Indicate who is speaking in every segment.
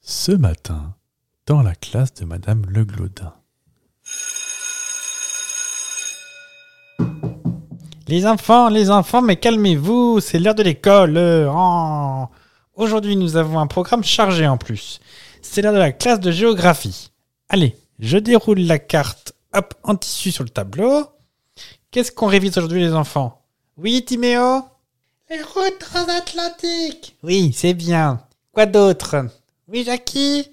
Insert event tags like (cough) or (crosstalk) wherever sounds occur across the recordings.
Speaker 1: Ce matin, dans la classe de Madame Leglaudin.
Speaker 2: Les enfants, les enfants, mais calmez-vous, c'est l'heure de l'école. euh, oh. Aujourd'hui, nous avons un programme chargé en plus. C'est l'heure de la classe de géographie. Allez, je déroule la carte hop, en tissu sur le tableau. Qu'est-ce qu'on révise aujourd'hui, les enfants Oui, Timéo Les routes transatlantiques Oui, c'est bien. Quoi d'autre Oui, Jackie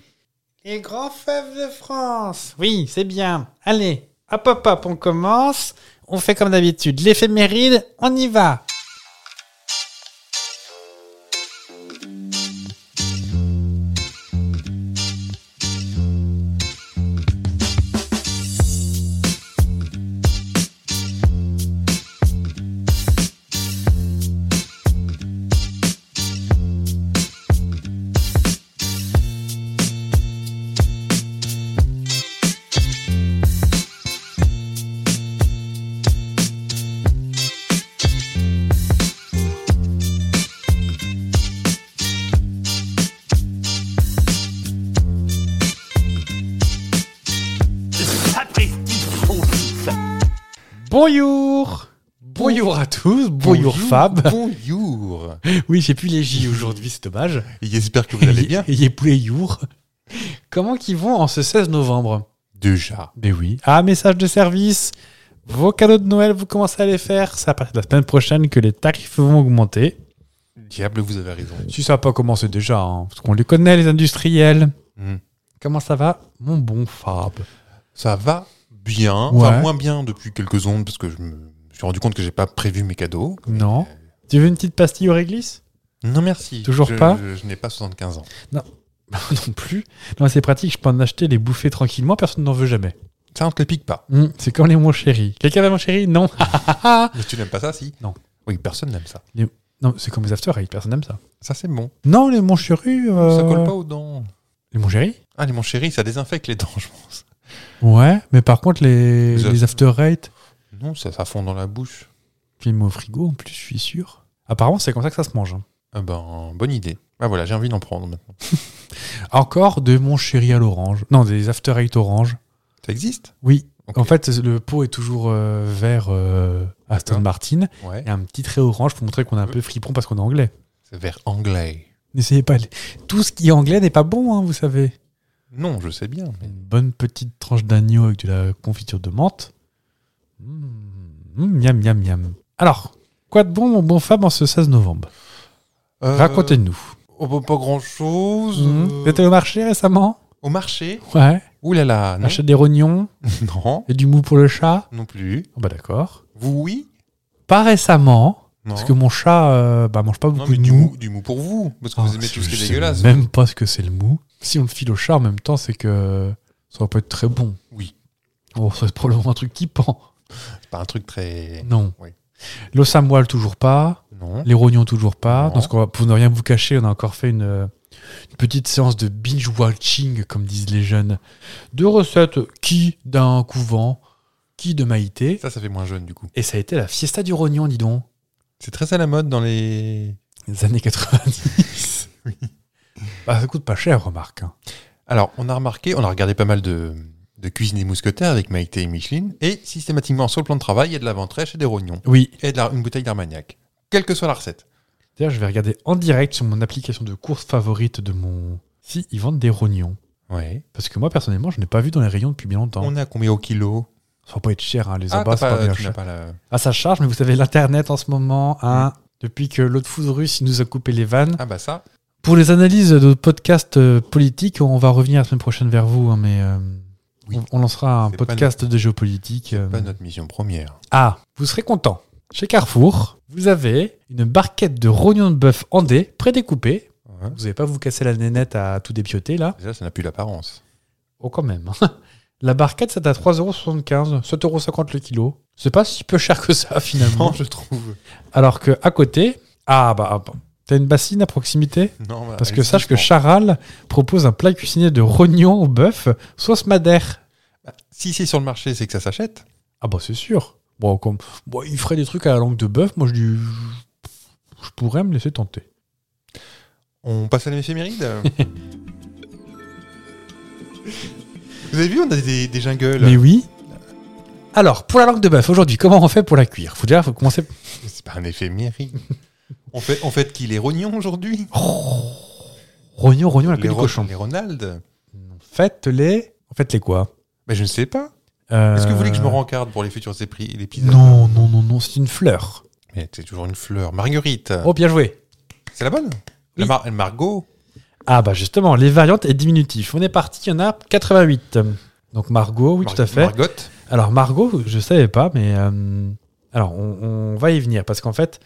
Speaker 2: Les grands fleuves de France Oui, c'est bien. Allez, hop, hop, hop, on commence. On fait comme d'habitude l'éphéméride, on y va.
Speaker 3: Sapristi, son fils.
Speaker 2: Bonjour.
Speaker 1: Bonjour à tous, bonjour, Fab.
Speaker 4: Bonjour.
Speaker 1: (laughs) Oui, j'ai plus les J aujourd'hui, c'est dommage.
Speaker 4: Et J'espère que vous allez bien.
Speaker 1: Il est plus les yours. Comment qu'ils vont en ce 16 novembre
Speaker 4: Déjà.
Speaker 1: Mais oui. Ah, message de service. Vos cadeaux de Noël, vous commencez à les faire. C'est à partir de la semaine prochaine que les tarifs vont augmenter.
Speaker 4: Diable, vous avez raison.
Speaker 1: Si ça n'a pas commencé déjà, hein, parce qu'on les connaît, les industriels.
Speaker 4: Hmm.
Speaker 1: Comment ça va, mon bon Fab
Speaker 4: Ça va bien. Enfin,
Speaker 1: Ouais.
Speaker 4: moins bien depuis quelques secondes parce que je me suis rendu compte que j'ai pas prévu mes cadeaux.
Speaker 1: Non. Tu veux une petite pastille au réglisse (laughs)
Speaker 4: Non, merci.
Speaker 1: Toujours
Speaker 4: Je-
Speaker 1: pas
Speaker 4: Je, je n'ai pas 75 ans.
Speaker 1: Non plus. Non, c'est pratique, je peux en acheter, les bouffer tranquillement, personne n'en veut jamais.
Speaker 4: Ça, on te le pique pas.
Speaker 1: Hmm, c'est comme les mon chéri. Quelqu'un veut mon chéri Non. (laughs)
Speaker 4: Mais tu n'aimes pas ça, si
Speaker 1: Ah. Non.
Speaker 4: Oui, personne n'aime ça.
Speaker 1: non, c'est comme les after Eight, personne n'aime ça.
Speaker 4: Ça, c'est bon.
Speaker 1: Non, les mon chéri.
Speaker 4: Ça colle pas aux dents.
Speaker 1: Les mon chéri
Speaker 4: Ah, les mon chéri, ça désinfecte les dents, je pense.
Speaker 1: Ouais, mais par contre, les,
Speaker 4: Les
Speaker 1: les after Eight,
Speaker 4: Non, ça, ça fond dans la bouche.
Speaker 1: je les mets au frigo en plus, je suis sûr. Apparemment, c'est comme ça que ça se mange. hein.
Speaker 4: Ah ben, bonne idée. Ah voilà, j'ai envie d'en prendre maintenant.
Speaker 1: Encore de mon chéri à l'orange. Non, des after Eight orange.
Speaker 4: Ça existe
Speaker 1: Oui.
Speaker 4: Ok.
Speaker 1: En fait, le pot est toujours euh, vert euh, Aston
Speaker 4: D'accord. Euh.
Speaker 1: Martin.
Speaker 4: Ouais.
Speaker 1: Et un petit trait orange pour montrer qu'on est un peu fripon parce qu'on est anglais.
Speaker 4: C'est vers anglais.
Speaker 1: N'essayez pas. les- Tout ce qui est anglais n'est pas bon, hein, vous savez.
Speaker 4: Non, je sais bien. Mais...
Speaker 1: Une bonne petite tranche d'agneau avec de la confiture de menthe. Mmh, mmh, miam, miam, miam. Alors, quoi de bon, mon bon Fab, en ce 16 novembre
Speaker 4: Euh,
Speaker 1: Racontez-nous.
Speaker 4: Oh, bah, pas grand chose.
Speaker 1: Mmh. Vous êtes allé au marché récemment
Speaker 4: Au marché
Speaker 1: Ouais.
Speaker 4: Ouh là là, non.
Speaker 1: Acheter des rognons
Speaker 4: non, (laughs)
Speaker 1: et du mou pour le chat
Speaker 4: non plus.
Speaker 1: Oh, Bah d'accord.
Speaker 4: Vous, oui
Speaker 1: Pas récemment,
Speaker 4: Non.
Speaker 1: parce que mon chat euh, bah, mange pas
Speaker 4: Non,
Speaker 1: beaucoup
Speaker 4: mais
Speaker 1: de
Speaker 4: du
Speaker 1: mou.
Speaker 4: mou, du mou pour vous, parce que
Speaker 1: Ah,
Speaker 4: vous aimez
Speaker 1: c'est-
Speaker 4: tout ce qui
Speaker 1: je
Speaker 4: est
Speaker 1: sais
Speaker 4: dégueulasse.
Speaker 1: même pas ce que c'est le mou. Si on le file au chat en même temps, c'est que ça peut être très bon.
Speaker 4: Oui.
Speaker 1: Oh, c'est probablement un truc qui pend.
Speaker 4: C'est pas un truc très...
Speaker 1: Non.
Speaker 4: Oui.
Speaker 1: L'eau samoile, toujours pas.
Speaker 4: Non.
Speaker 1: Les rognons, toujours pas.
Speaker 4: Non.
Speaker 1: Dans ce qu'on va- pour ne rien vous cacher, on a encore fait une, une petite séance de binge-watching, comme disent les jeunes. De recettes qui d'un couvent, qui de Maïté.
Speaker 4: Ça, ça fait moins jeune, du coup.
Speaker 1: Et ça a été la fiesta du rognon, dis donc.
Speaker 4: C'est très à la mode dans les...
Speaker 1: Les années
Speaker 4: (laughs)
Speaker 1: 90. Bah, ça coûte pas cher, remarque. hein.
Speaker 4: Alors, on a remarqué, on a regardé pas mal de, de Cuisine et Mousquetaires avec Maïté et Micheline, et systématiquement, sur le plan de travail, il y a de la ventrèche et des rognons,
Speaker 1: Oui.
Speaker 4: et de la- une bouteille d'armagnac, quelle que soit la recette.
Speaker 1: D'ailleurs, je vais regarder en direct sur mon application de course favorite de mon. Si, ils vendent des rognons.
Speaker 4: Ouais.
Speaker 1: Parce que moi, personnellement, je n'ai pas vu dans les rayons depuis bien longtemps.
Speaker 4: On est à combien au kilo
Speaker 1: Ça va pas être cher, hein, les
Speaker 4: Ah,
Speaker 1: abats,
Speaker 4: t'as
Speaker 1: c'est pas
Speaker 4: pas,
Speaker 1: bien
Speaker 4: tu n'as
Speaker 1: cher.
Speaker 4: pas la...
Speaker 1: Ah, ça charge, mais vous savez, l'Internet en ce moment, hein, depuis que l'autre foudre russe il nous a coupé les vannes.
Speaker 4: Ah bah ça,
Speaker 1: Pour les analyses de podcasts euh, politiques, on va revenir la semaine prochaine vers vous, hein, mais euh,
Speaker 4: Oui.
Speaker 1: on, on lancera un
Speaker 4: C'est pas
Speaker 1: podcast de géopolitique. euh,
Speaker 4: pas notre mission première.
Speaker 1: Ah, vous serez content. Chez Carrefour, vous avez une barquette de rognons de bœuf andé, prédécoupé.
Speaker 4: Hein
Speaker 1: Vous n'allez pas vous casser la nénette à tout dépioter, là
Speaker 4: Déjà, ça n'a plus l'apparence.
Speaker 1: Oh, quand même. (laughs) La barquette, c'est à 3,75€, 7,50€ le kilo. C'est pas si peu cher que ça, finalement.
Speaker 4: Non, je trouve.
Speaker 1: Alors que à côté, ah bah, ah, bah. t'as une bassine à proximité
Speaker 4: Non, bah, voilà,
Speaker 1: Parce que
Speaker 4: elle
Speaker 1: sache que
Speaker 4: suspend.
Speaker 1: Charal propose un plat cuisiné de rognons au bœuf, sauce madère.
Speaker 4: Si c'est sur le marché, c'est que ça s'achète.
Speaker 1: Ah bah c'est sûr. Bon, comme bon, il ferait des trucs à la langue de bœuf, moi je dis, je pourrais me laisser tenter. (laughs)
Speaker 4: On passe à l'éphéméride Vous avez vu, on a des, des jingles.
Speaker 1: Mais oui. Alors, pour la langue de bœuf, aujourd'hui, comment on fait pour la cuire Faut déjà faut commencer.
Speaker 4: C'est pas un effet mairie.
Speaker 1: (laughs)
Speaker 4: on fait, on fait qu'il est rognon aujourd'hui.
Speaker 1: Rognon, rognon, la queue
Speaker 4: les
Speaker 1: Ah, du
Speaker 4: Ro-
Speaker 1: cochon.
Speaker 4: Les Ronald.
Speaker 1: Faites-les. Faites-les quoi
Speaker 4: Mais je ne sais pas.
Speaker 1: Euh,
Speaker 4: Est-ce que vous voulez que je me rencarde pour les futurs épri- épisodes
Speaker 1: Non, non, non, non, c'est une fleur.
Speaker 4: Mais c'est toujours une fleur. Marguerite.
Speaker 1: Oh, bien joué.
Speaker 4: C'est la bonne la
Speaker 1: Oui.
Speaker 4: Mar- Margot.
Speaker 1: Ah, bah justement, les variantes et diminutifs. On est parti, il y en a 88. Donc Margot, oui,
Speaker 4: Mar-
Speaker 1: tout à fait.
Speaker 4: Margot.
Speaker 1: Alors Margot, je savais pas, mais euh, alors on, on va y venir parce qu'en fait,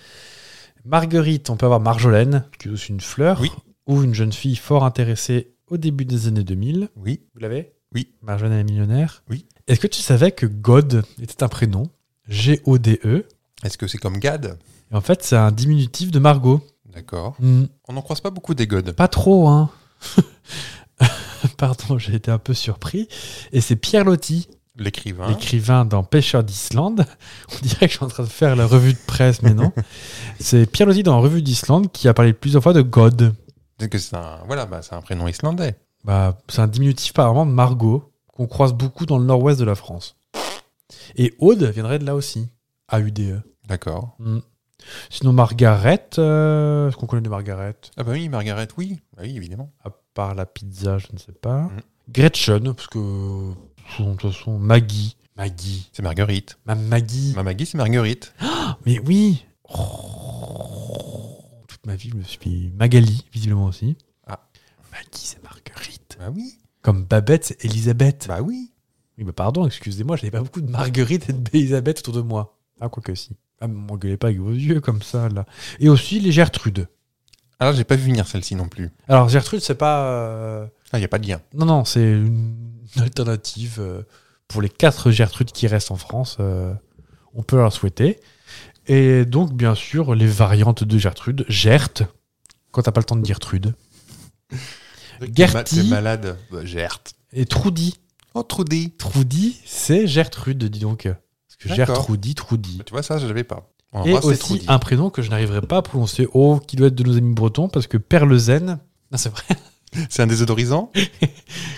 Speaker 1: Marguerite, on peut avoir Marjolaine, qui est aussi une fleur,
Speaker 4: Oui.
Speaker 1: ou une jeune fille fort intéressée au début des années 2000.
Speaker 4: Oui.
Speaker 1: Vous l'avez
Speaker 4: Oui.
Speaker 1: Marjolaine est millionnaire.
Speaker 4: Oui.
Speaker 1: Est-ce que tu savais que God était un prénom G-O-D-E.
Speaker 4: Est-ce que c'est comme Gad
Speaker 1: E. Et en fait, c'est un diminutif de Margot.
Speaker 4: D'accord.
Speaker 1: Hmm,
Speaker 4: On n'en croise pas beaucoup des godes.
Speaker 1: pas trop, hein. (laughs) Pardon, j'ai été un peu surpris. Et c'est Pierre Lotti.
Speaker 4: L'écrivain.
Speaker 1: l'écrivain dans Pêcheurs d'Islande. (laughs) On dirait que je suis en train de faire la revue de presse, mais non. C'est Pierre Loti dans Revue d'Islande qui a parlé plusieurs fois de God.
Speaker 4: Peut-être que c'est un, voilà, bah, c'est un prénom islandais.
Speaker 1: Bah, c'est un diminutif apparemment de Margot, qu'on croise beaucoup dans le nord-ouest de la France. Et Aude viendrait de là aussi, A-U-D-E.
Speaker 4: D'accord.
Speaker 1: Mm. E. Sinon, Margaret, euh, est-ce qu'on connaît de Margaret
Speaker 4: Ah bah oui, Margaret, oui. Bah oui, évidemment.
Speaker 1: À part la pizza, je ne sais pas.
Speaker 4: Mm.
Speaker 1: Gretchen, parce que, de toute façon, Maggie. Maggie.
Speaker 4: C'est Marguerite.
Speaker 1: Ma Maggie.
Speaker 4: Ma Maggie, c'est Marguerite.
Speaker 1: Mais oui Toute ma vie, je me suis. Magali, visiblement aussi.
Speaker 4: Ah.
Speaker 1: Magali, c'est Marguerite.
Speaker 4: Bah oui.
Speaker 1: Comme Babette, c'est Elisabeth.
Speaker 4: Bah oui.
Speaker 1: Oui, bah pardon, excusez-moi, j'avais pas beaucoup de Marguerite et de Elisabeth autour de moi. Ah, quoique si. Ah, m'engueulez pas avec vos yeux comme ça, là. Et aussi les Gertrudes.
Speaker 4: Alors, Ah, j'ai pas vu venir celle-ci non plus.
Speaker 1: Alors, Gertrude, c'est pas. euh,
Speaker 4: Ah, il n'y a pas de lien.
Speaker 1: Non, non, c'est une alternative euh, pour les quatre Gertrudes qui restent en France. euh, on peut leur souhaiter. Et donc, bien sûr, les variantes de Gertrude. Gerte, quand t'as pas le temps de dire Trude. Gertie.
Speaker 4: C'est malade. Bah, Gert.
Speaker 1: Et Trudy.
Speaker 4: Oh, Trudy.
Speaker 1: Trudy, c'est Gertrude, dis donc. Parce que
Speaker 4: D'accord.
Speaker 1: Gertrudy, Trudy.
Speaker 4: Bah, tu vois, ça, je l'avais pas. On
Speaker 1: Et
Speaker 4: embrasse les
Speaker 1: aussi Ah.
Speaker 4: Trudy.
Speaker 1: un prénom que je n'arriverai pas à prononcer. Oh, qui doit être de nos amis bretons, parce que Perlezen. Non, c'est vrai.
Speaker 4: C'est un désodorisant.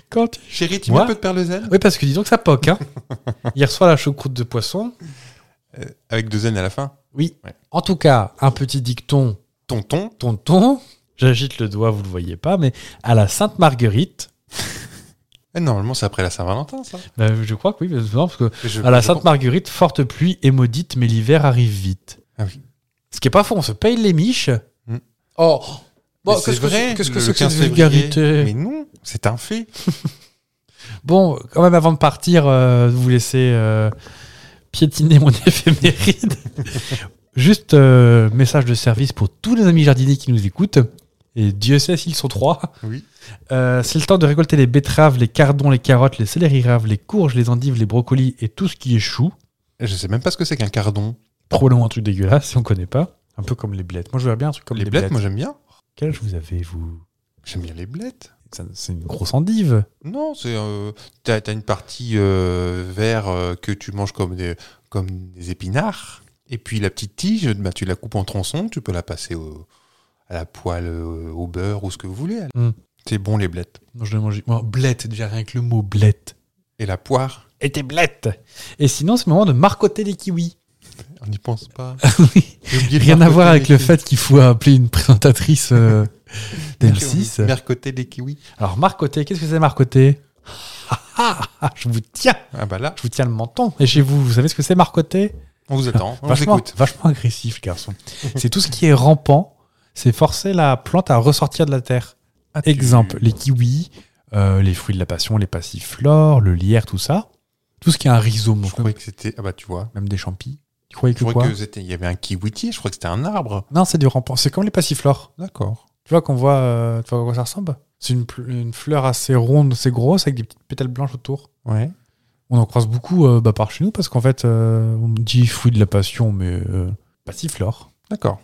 Speaker 1: Quand
Speaker 4: Chérie, tu
Speaker 1: Moi
Speaker 4: mets un peu de perlezène
Speaker 1: Oui, parce que dis donc, ça poque.
Speaker 4: (laughs)
Speaker 1: Hein. Hier soir, la choucroute de poisson.
Speaker 4: Euh, Avec deux N à la fin.
Speaker 1: Oui.
Speaker 4: Ouais.
Speaker 1: En tout cas, un petit dicton
Speaker 4: Tonton.
Speaker 1: tonton, j'agite le doigt, vous le voyez pas, mais à la Sainte Marguerite,
Speaker 4: Eh, normalement, c'est après la Saint-Valentin, ça.
Speaker 1: bah, je crois que oui, parce que- parce que
Speaker 4: Je-
Speaker 1: à la
Speaker 4: je
Speaker 1: Sainte
Speaker 4: pense-
Speaker 1: Marguerite, forte pluie et maudite, mais l'hiver arrive vite.
Speaker 4: Ah oui.
Speaker 1: Ce qui est pas faux, on se paye les miches.
Speaker 4: Hmm.
Speaker 1: Oh, bon,
Speaker 4: Mais c'est
Speaker 1: qu'est-ce que
Speaker 4: vrai,
Speaker 1: c'est- qu'est-ce que
Speaker 4: le
Speaker 1: c'est que cette
Speaker 4: 15 février.
Speaker 1: vulgarité
Speaker 4: Mais non, c'est un fait.
Speaker 1: Bon, quand même, avant de partir, euh, de vous laisser euh, piétiner mon (laughs) éphéméride. Juste euh, message de service pour tous les amis jardiniers qui nous écoutent. Et Dieu sait s'ils sont trois.
Speaker 4: Oui.
Speaker 1: Euh, c'est le temps de récolter les betteraves, les cardons, les carottes, les céleri raves, les courges, les endives, les brocolis et tout ce qui est chou.
Speaker 4: Je sais même pas ce que c'est qu'un cardon.
Speaker 1: Probablement un truc dégueulasse (laughs) si on connaît pas. Un peu comme les blettes. Moi, je verrais bien un truc comme
Speaker 4: les blettes, moi j'aime bien.
Speaker 1: Quel âge vous avez, vous
Speaker 4: J'aime bien les blettes.
Speaker 1: Ça, C'est une grosse endive.
Speaker 4: Non, c'est euh, t'as t'as une partie euh, vert euh, que tu manges comme des comme des épinards. Et puis la petite tige, bah, tu la coupes en tronçons, tu peux la passer au- à la poêle, euh, au beurre ou ce que vous voulez.
Speaker 1: Mm.
Speaker 4: C'est bon les blettes.
Speaker 1: Non, je l'ai mangé. Moi, blette, déjà rien que le mot blette.
Speaker 4: Et la poire,
Speaker 1: Et tes blettes Et sinon, c'est le moment de marcoter les kiwis.
Speaker 4: on n'y pense pas.
Speaker 1: (laughs) Oui.
Speaker 4: J'ai oublié de
Speaker 1: Rien à
Speaker 4: marcoter
Speaker 1: voir avec
Speaker 4: les
Speaker 1: le
Speaker 4: kiwis.
Speaker 1: fait qu'il faut appeler une présentatrice
Speaker 4: (laughs)
Speaker 1: euh, d'M6.
Speaker 4: Mercoter des kiwis.
Speaker 1: Alors, marcoter, qu'est-ce que c'est marcoter (laughs) Ah, ah, ah, Je vous tiens
Speaker 4: Ah bah là,
Speaker 1: je vous tiens le menton. Et chez vous, vous savez ce que c'est marcoté
Speaker 4: on vous attend, on
Speaker 1: (laughs)
Speaker 4: vous
Speaker 1: vachement,
Speaker 4: écoute.
Speaker 1: vachement agressif,
Speaker 4: (laughs)
Speaker 1: garçon. c'est tout ce qui est rampant. C'est forcer la plante à ressortir de la terre.
Speaker 4: Ah, tu-
Speaker 1: Exemple, les kiwis, euh, les fruits de la passion, les passiflores, le lierre, tout ça. Tout ce qui est un rhizome,
Speaker 4: Je croyais que c'était ah bah tu vois.
Speaker 1: même des champis. Tu croyais
Speaker 4: Je
Speaker 1: que
Speaker 4: crois
Speaker 1: quoi
Speaker 4: que c'était- il y avait un kiwitier, je crois que c'était un arbre.
Speaker 1: Non, c'est du rampant. C'est comme les passiflores.
Speaker 4: D'accord.
Speaker 1: Tu vois qu'on voit, euh, tu vois à quoi ça ressemble C'est une, pl- une fleur assez ronde, assez grosse, avec des petites pétales blanches autour.
Speaker 4: Ouais.
Speaker 1: On en croise beaucoup euh, bah, par chez nous parce qu'en fait, euh, on me dit fruit de la passion, mais euh, passiflore.
Speaker 4: D'accord.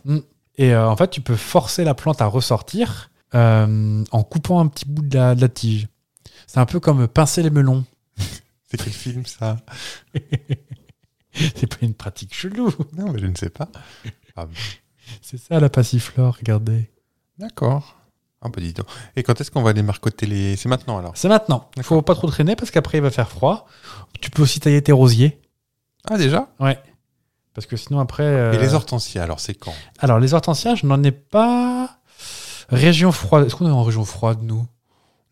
Speaker 1: Et euh, en fait, tu peux forcer la plante à ressortir euh, en coupant un petit bout de la, de la tige. C'est un peu comme pincer les melons. (laughs)
Speaker 4: C'est quel film ça
Speaker 1: C'est pas une pratique chelou. (laughs)
Speaker 4: Non, mais je ne sais pas.
Speaker 1: C'est ça la passiflore, regardez.
Speaker 4: D'accord. Ah bah dis donc. Et quand est-ce qu'on va aller marcoter les... C'est maintenant alors
Speaker 1: C'est maintenant. Il faut pas trop traîner parce qu'après il va faire froid. Tu peux aussi tailler tes rosiers.
Speaker 4: Ah déjà
Speaker 1: Ouais. Parce que sinon après. euh,
Speaker 4: Et les hortensias alors c'est quand
Speaker 1: Alors les hortensias, je n'en ai pas. Région froide. Est-ce qu'on est en région froide nous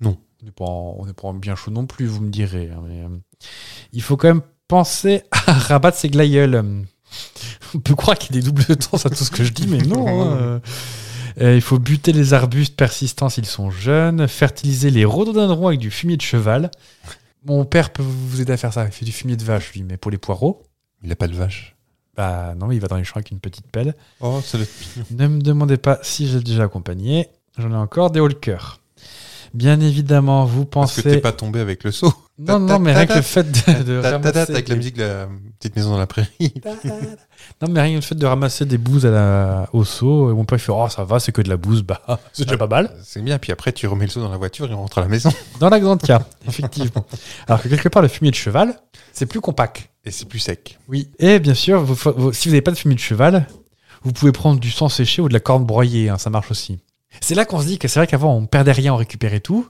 Speaker 4: Non.
Speaker 1: On n'est pas, en- on n'est pas en bien chaud non plus, vous me direz. hein, mais, euh, il faut quand même penser à (laughs) rabattre ses glaïeuls. euh. On peut croire qu'il y a des doubles de sens à tout ce que je dis, mais non. hein, euh. Euh, il faut buter les arbustes persistants s'ils sont jeunes, fertiliser les rhododendrons avec du fumier de cheval. Mon père peut vous aider à faire ça. Il fait du fumier de vache, lui, mais pour les poireaux,
Speaker 4: Il a pas de vache.
Speaker 1: bah non, il va dans les champs avec une petite pelle.
Speaker 4: Oh, c'est le...
Speaker 1: Ne me demandez pas si j'ai déjà accompagné. J'en ai encore des hauts le cœur. Bien évidemment, vous
Speaker 4: Parce que
Speaker 1: pensez.
Speaker 4: t'es pas tombé avec le seau.
Speaker 1: Non, non, mais rien que le fait (laughs) de, de
Speaker 4: Ta- ta- ta-
Speaker 1: ramasser.
Speaker 4: Avec la musique de la petite maison dans la prairie.
Speaker 1: (laughs) Non, mais rien que le fait de ramasser des bouses à la... au seau. Et mon père, il fait Oh, ça va, c'est que de la bouse. Bah, (laughs) c'est déjà pas mal.
Speaker 4: C'est bien, puis après tu remets le seau dans la voiture et on rentre à la maison.
Speaker 1: Dans la grande cas, (laughs) effectivement. Alors que quelque part, le fumier de cheval, c'est plus compact.
Speaker 4: Et c'est plus sec.
Speaker 1: Oui. Et bien sûr, vous fa- vous- si vous n'avez pas de fumier de cheval, vous pouvez prendre du sang séché ou de la corne broyée. hein, ça marche aussi. C'est là qu'on se dit que c'est vrai qu'avant, on perdait rien, on récupérait tout.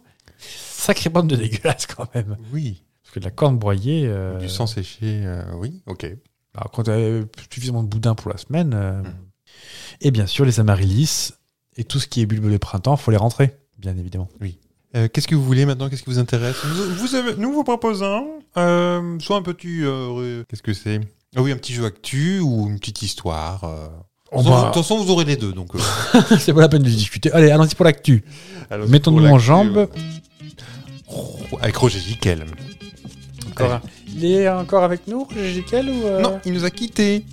Speaker 1: Sacrée bande de (laughs) dégueulasse quand même.
Speaker 4: Oui.
Speaker 1: Parce que de la corne broyée. euh,
Speaker 4: Du sang séché, euh, oui, ok.
Speaker 1: alors, quand tu suffisamment de boudin pour la semaine. euh, Et bien sûr, les amaryllis et tout ce qui est bulbe de printemps, faut les rentrer, bien évidemment.
Speaker 4: Euh, Qu'est-ce que vous voulez maintenant Qu'est-ce qui vous intéresse vous, vous avez- Nous vous proposons euh, soit un petit... euh, Qu'est-ce que c'est Ah oui, un petit jeu actu ou une petite histoire. euh.
Speaker 1: On
Speaker 4: Vous aurez-
Speaker 1: va-
Speaker 4: De toute façon, vous aurez les
Speaker 1: (laughs)
Speaker 4: deux. donc. euh,
Speaker 1: c'est pas la peine de discuter. Allez, allons-y pour l'actu.
Speaker 4: alors,
Speaker 1: Mettons-nous
Speaker 4: pour
Speaker 1: en
Speaker 4: l'actu,
Speaker 1: jambes.
Speaker 4: euh, Avec Roger Jiquel.
Speaker 1: Encore un. Il est encore avec nous, Jiquel, ou euh,
Speaker 4: Non, il nous a quittés.